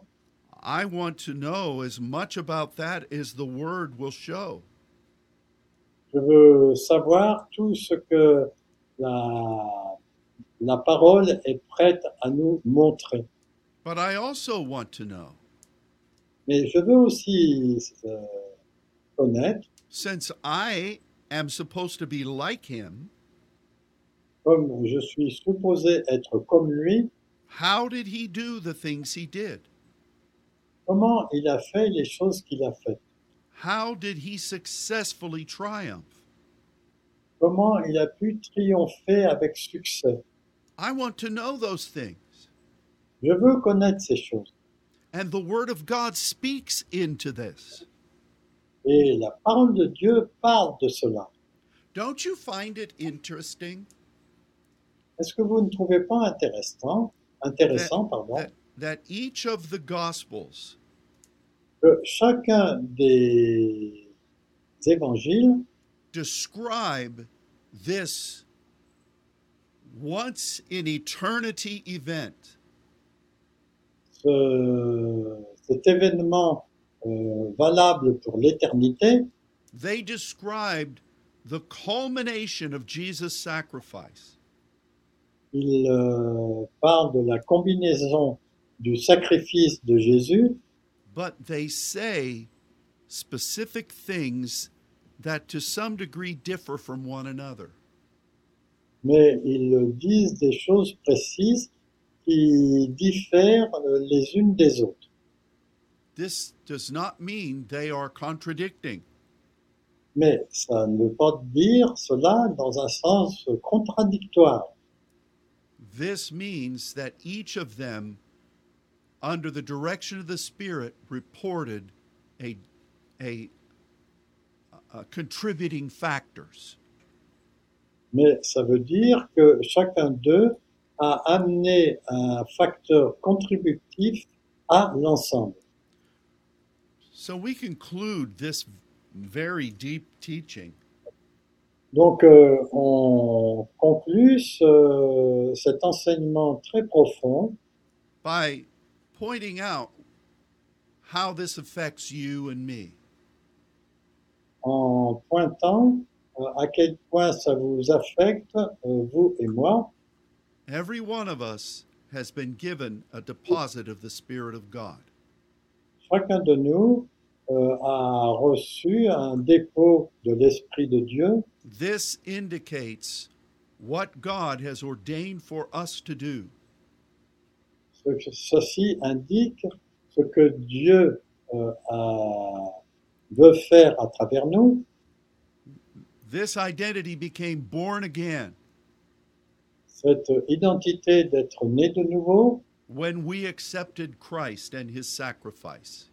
[SPEAKER 1] I want to know as much about that as the Word will show.
[SPEAKER 2] Je veux savoir tout ce que la, la parole est prête à nous montrer.
[SPEAKER 1] But I also want to know,
[SPEAKER 2] Mais je veux aussi euh, connaître,
[SPEAKER 1] since I am supposed to be like him,
[SPEAKER 2] comme je suis supposé être comme lui,
[SPEAKER 1] how did he do the things he did?
[SPEAKER 2] comment il a fait les choses qu'il a faites,
[SPEAKER 1] How did he successfully triumph?
[SPEAKER 2] comment il a pu triompher avec succès.
[SPEAKER 1] I want to know those things.
[SPEAKER 2] Je veux connaître ces choses.
[SPEAKER 1] And the Word of God speaks into this.
[SPEAKER 2] Et la parole de Dieu parle de cela.
[SPEAKER 1] Don't you find it interesting
[SPEAKER 2] Est-ce que vous ne trouvez pas intéressant, intéressant pardon,
[SPEAKER 1] that, that each of the Gospels
[SPEAKER 2] que chacun des évangiles
[SPEAKER 1] describe this once in eternity event?
[SPEAKER 2] ce- cet événement euh, valable pour l'éternité,
[SPEAKER 1] They described the culmination of Jesus' sacrifice.
[SPEAKER 2] il euh, parle de la combinaison du sacrifice de Jésus,
[SPEAKER 1] but they say specific things that to some degree differ from one another.
[SPEAKER 2] mais ils disent des choses précises qui diffèrent euh, les unes des autres.
[SPEAKER 1] This does not mean they are contradicting,
[SPEAKER 2] Mais ça ne veut pas dire cela dans un sens contradictoire.
[SPEAKER 1] this means that each of them, under the direction of the Spirit, reported a, a, a contributing factors.
[SPEAKER 2] Mais ça veut dire que chacun d'eux a amené un facteur contributif à l'ensemble.
[SPEAKER 1] So we conclude this very deep teaching
[SPEAKER 2] Donc, euh, on conclut ce- cet enseignement très profond
[SPEAKER 1] by pointing out how this affects you and me.
[SPEAKER 2] en pointant euh, à quel point ça vous affecte, euh, vous et moi.
[SPEAKER 1] Every one of us has been given a deposit of the Spirit of God.
[SPEAKER 2] Chacun de nous euh, a reçu un dépôt de l'Esprit de Dieu.
[SPEAKER 1] This indicates what God has ordained for us to do.
[SPEAKER 2] Ce que- ceci indique ce que Dieu euh, a- veut faire à travers nous.
[SPEAKER 1] This identity became born again
[SPEAKER 2] Cette identité d'être né de nouveau,
[SPEAKER 1] when we accepted Christ and his sacrifice.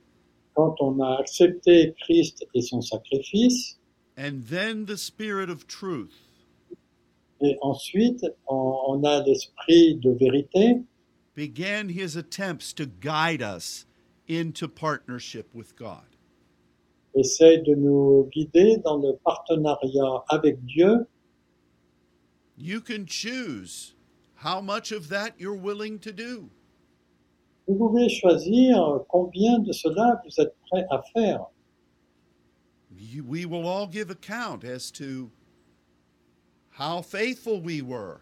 [SPEAKER 2] quand on a accepté Christ et son sacrifice,
[SPEAKER 1] And then the Spirit of truth,
[SPEAKER 2] et ensuite on, on a l'esprit de vérité
[SPEAKER 1] began his attempts to guide us into partnership with God.
[SPEAKER 2] essaie de nous guider dans le partenariat avec Dieu.
[SPEAKER 1] You can choose how much of that you're willing to do.
[SPEAKER 2] Vous pouvez choisir combien de cela vous êtes prêt à faire.
[SPEAKER 1] you- we will all give account as to how faithful we were,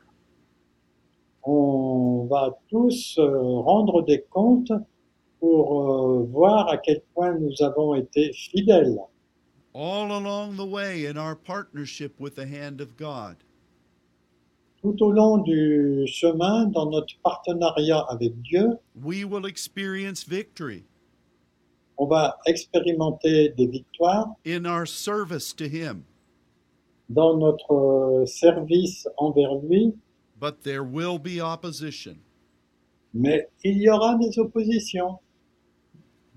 [SPEAKER 2] on va tous euh, rendre des comptes pour euh, voir à quel point nous avons été fidèles
[SPEAKER 1] all along the way in our partnership with the hand of God.
[SPEAKER 2] tout au long du chemin dans notre partenariat avec Dieu.
[SPEAKER 1] We will experience victory
[SPEAKER 2] On va expérimenter des victoires
[SPEAKER 1] in our service to Him,
[SPEAKER 2] dans notre euh, service envers lui,
[SPEAKER 1] but there will be opposition.
[SPEAKER 2] mais il y aura des oppositions.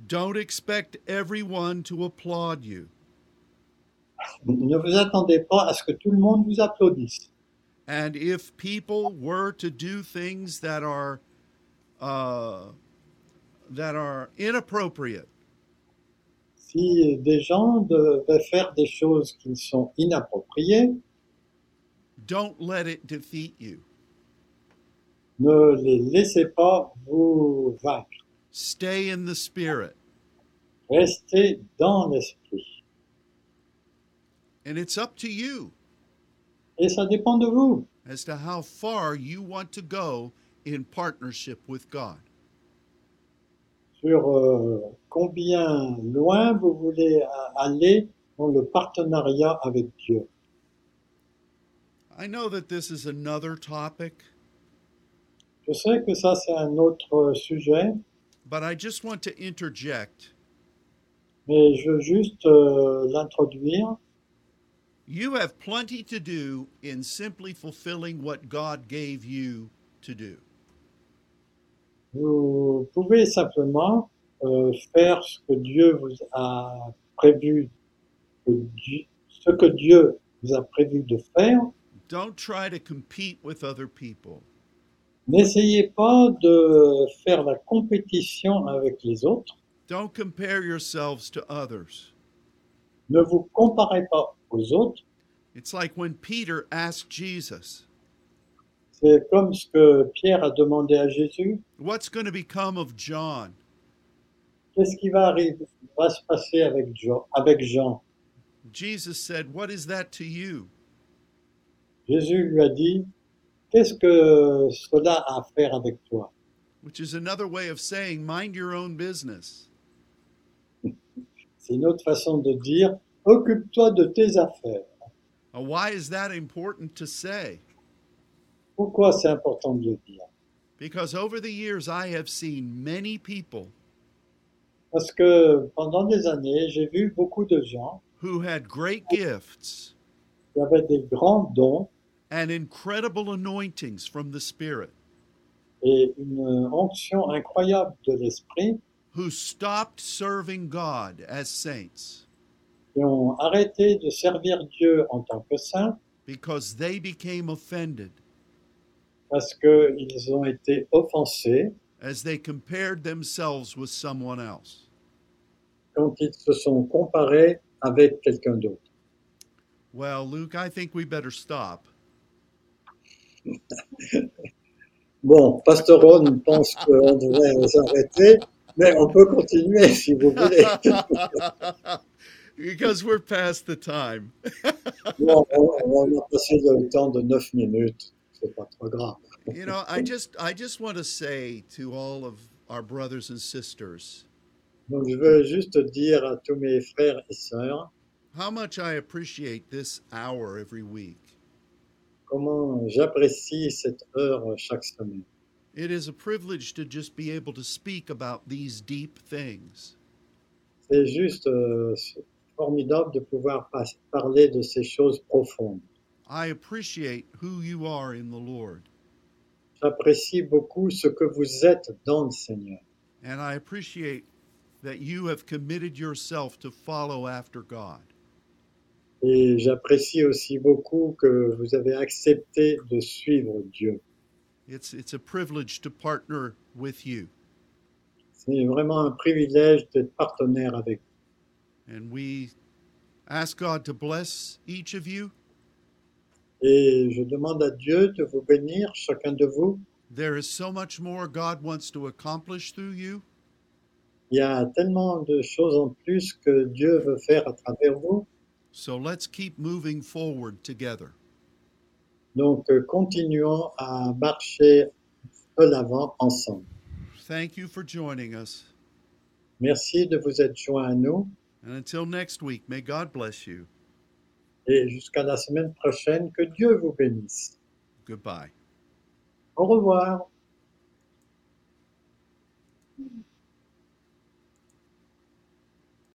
[SPEAKER 1] Don't expect everyone to applaud you,
[SPEAKER 2] Ne vous attendez pas à ce que tout le monde vous applaudisse.
[SPEAKER 1] and if people were to do things that are uh, that are inappropriate,
[SPEAKER 2] Si des gens devaient faire des choses qui sont inappropriées,
[SPEAKER 1] don't let it defeat you.
[SPEAKER 2] Ne les laissez pas vous vaincre.
[SPEAKER 1] Stay in the Spirit.
[SPEAKER 2] Restez dans l'esprit.
[SPEAKER 1] And it's up to you
[SPEAKER 2] Et ça dépend de vous,
[SPEAKER 1] as to how far you want to go in partnership with God.
[SPEAKER 2] sur euh, combien loin vous voulez aller dans le partenariat avec Dieu.
[SPEAKER 1] I know that this is another topic,
[SPEAKER 2] Je sais que ça, c'est un autre sujet,
[SPEAKER 1] but I just want to interject.
[SPEAKER 2] mais je veux juste euh, l'introduire.
[SPEAKER 1] You have plenty to do in simply fulfilling what God gave you to do.
[SPEAKER 2] Vous pouvez simplement euh, faire ce que Dieu vous a prévu, que Dieu- ce que Dieu vous a prévu de faire.
[SPEAKER 1] Don't try to compete with other people.
[SPEAKER 2] N'essayez pas de faire la compétition avec les autres.
[SPEAKER 1] Don't compare yourselves to others.
[SPEAKER 2] Ne vous comparez pas aux autres.
[SPEAKER 1] It's like when Peter asked Jesus,
[SPEAKER 2] C'est comme ce que Pierre a demandé à Jésus.
[SPEAKER 1] What's going to become of John?
[SPEAKER 2] Qu'est-ce qui va arriver Va se passer avec Jo- avec Jean
[SPEAKER 1] Jesus said, What is that to you?
[SPEAKER 2] Jésus lui a dit, qu'est-ce que cela a à faire avec toi
[SPEAKER 1] Which is another way of saying, Mind your own business.
[SPEAKER 2] C'est une autre façon de dire, occupe-toi de tes affaires.
[SPEAKER 1] Uh, Why is that important to say?
[SPEAKER 2] Pourquoi c'est important de le dire
[SPEAKER 1] Because over the years, I have seen many people
[SPEAKER 2] Parce que pendant des années, j'ai vu beaucoup de gens
[SPEAKER 1] who had great gifts
[SPEAKER 2] qui avaient des grands dons
[SPEAKER 1] and incredible anointings from the Spirit
[SPEAKER 2] et une onction incroyable de l'esprit
[SPEAKER 1] who stopped serving God as saints
[SPEAKER 2] qui ont arrêté de servir Dieu en tant que saints
[SPEAKER 1] because they became offended
[SPEAKER 2] parce qu'ils ont été offensés
[SPEAKER 1] as they compared themselves with someone else.
[SPEAKER 2] quand ils se sont comparés avec quelqu'un d'autre.
[SPEAKER 1] Well, Luke, I think we better stop.
[SPEAKER 2] Bon, Pastor Ron pense qu'on devrait s'arrêter, mais on peut continuer si vous voulez.
[SPEAKER 1] because we're past the time.
[SPEAKER 2] Bon, on, on a passé le temps de 9 minutes, c'est pas trop grave.
[SPEAKER 1] You know, I just I just want to say to all of our brothers and sisters
[SPEAKER 2] Donc je veux juste dire à tous mes frères et sœurs
[SPEAKER 1] how much I appreciate this hour every week.
[SPEAKER 2] comment j'apprécie cette heure chaque semaine.
[SPEAKER 1] It is a privilege to just be able to speak about these deep things.
[SPEAKER 2] C'est juste euh, formidable de pouvoir pas- parler de ces choses profondes.
[SPEAKER 1] I appreciate who you are in the Lord,
[SPEAKER 2] J'apprécie beaucoup ce que vous êtes dans le Seigneur.
[SPEAKER 1] and I appreciate that you have committed yourself to follow after God.
[SPEAKER 2] Et j'apprécie aussi beaucoup que vous avez accepté de suivre Dieu.
[SPEAKER 1] It's it's a privilege to partner with you,
[SPEAKER 2] C'est vraiment un privilège d'être partenaire avec vous.
[SPEAKER 1] and we ask God to bless each of you.
[SPEAKER 2] Et je demande à Dieu de vous bénir, chacun de vous.
[SPEAKER 1] There is so much more God wants to accomplish through you,
[SPEAKER 2] Il y a tellement de choses en plus que Dieu veut faire à travers vous.
[SPEAKER 1] so let's keep moving forward together.
[SPEAKER 2] Donc euh, continuons à marcher de l'avant ensemble.
[SPEAKER 1] Thank you for joining us,
[SPEAKER 2] Merci de vous être joints à nous
[SPEAKER 1] and until next week, may God bless you.
[SPEAKER 2] et jusqu'à la semaine prochaine, que Dieu vous bénisse.
[SPEAKER 1] Goodbye.
[SPEAKER 2] Au revoir.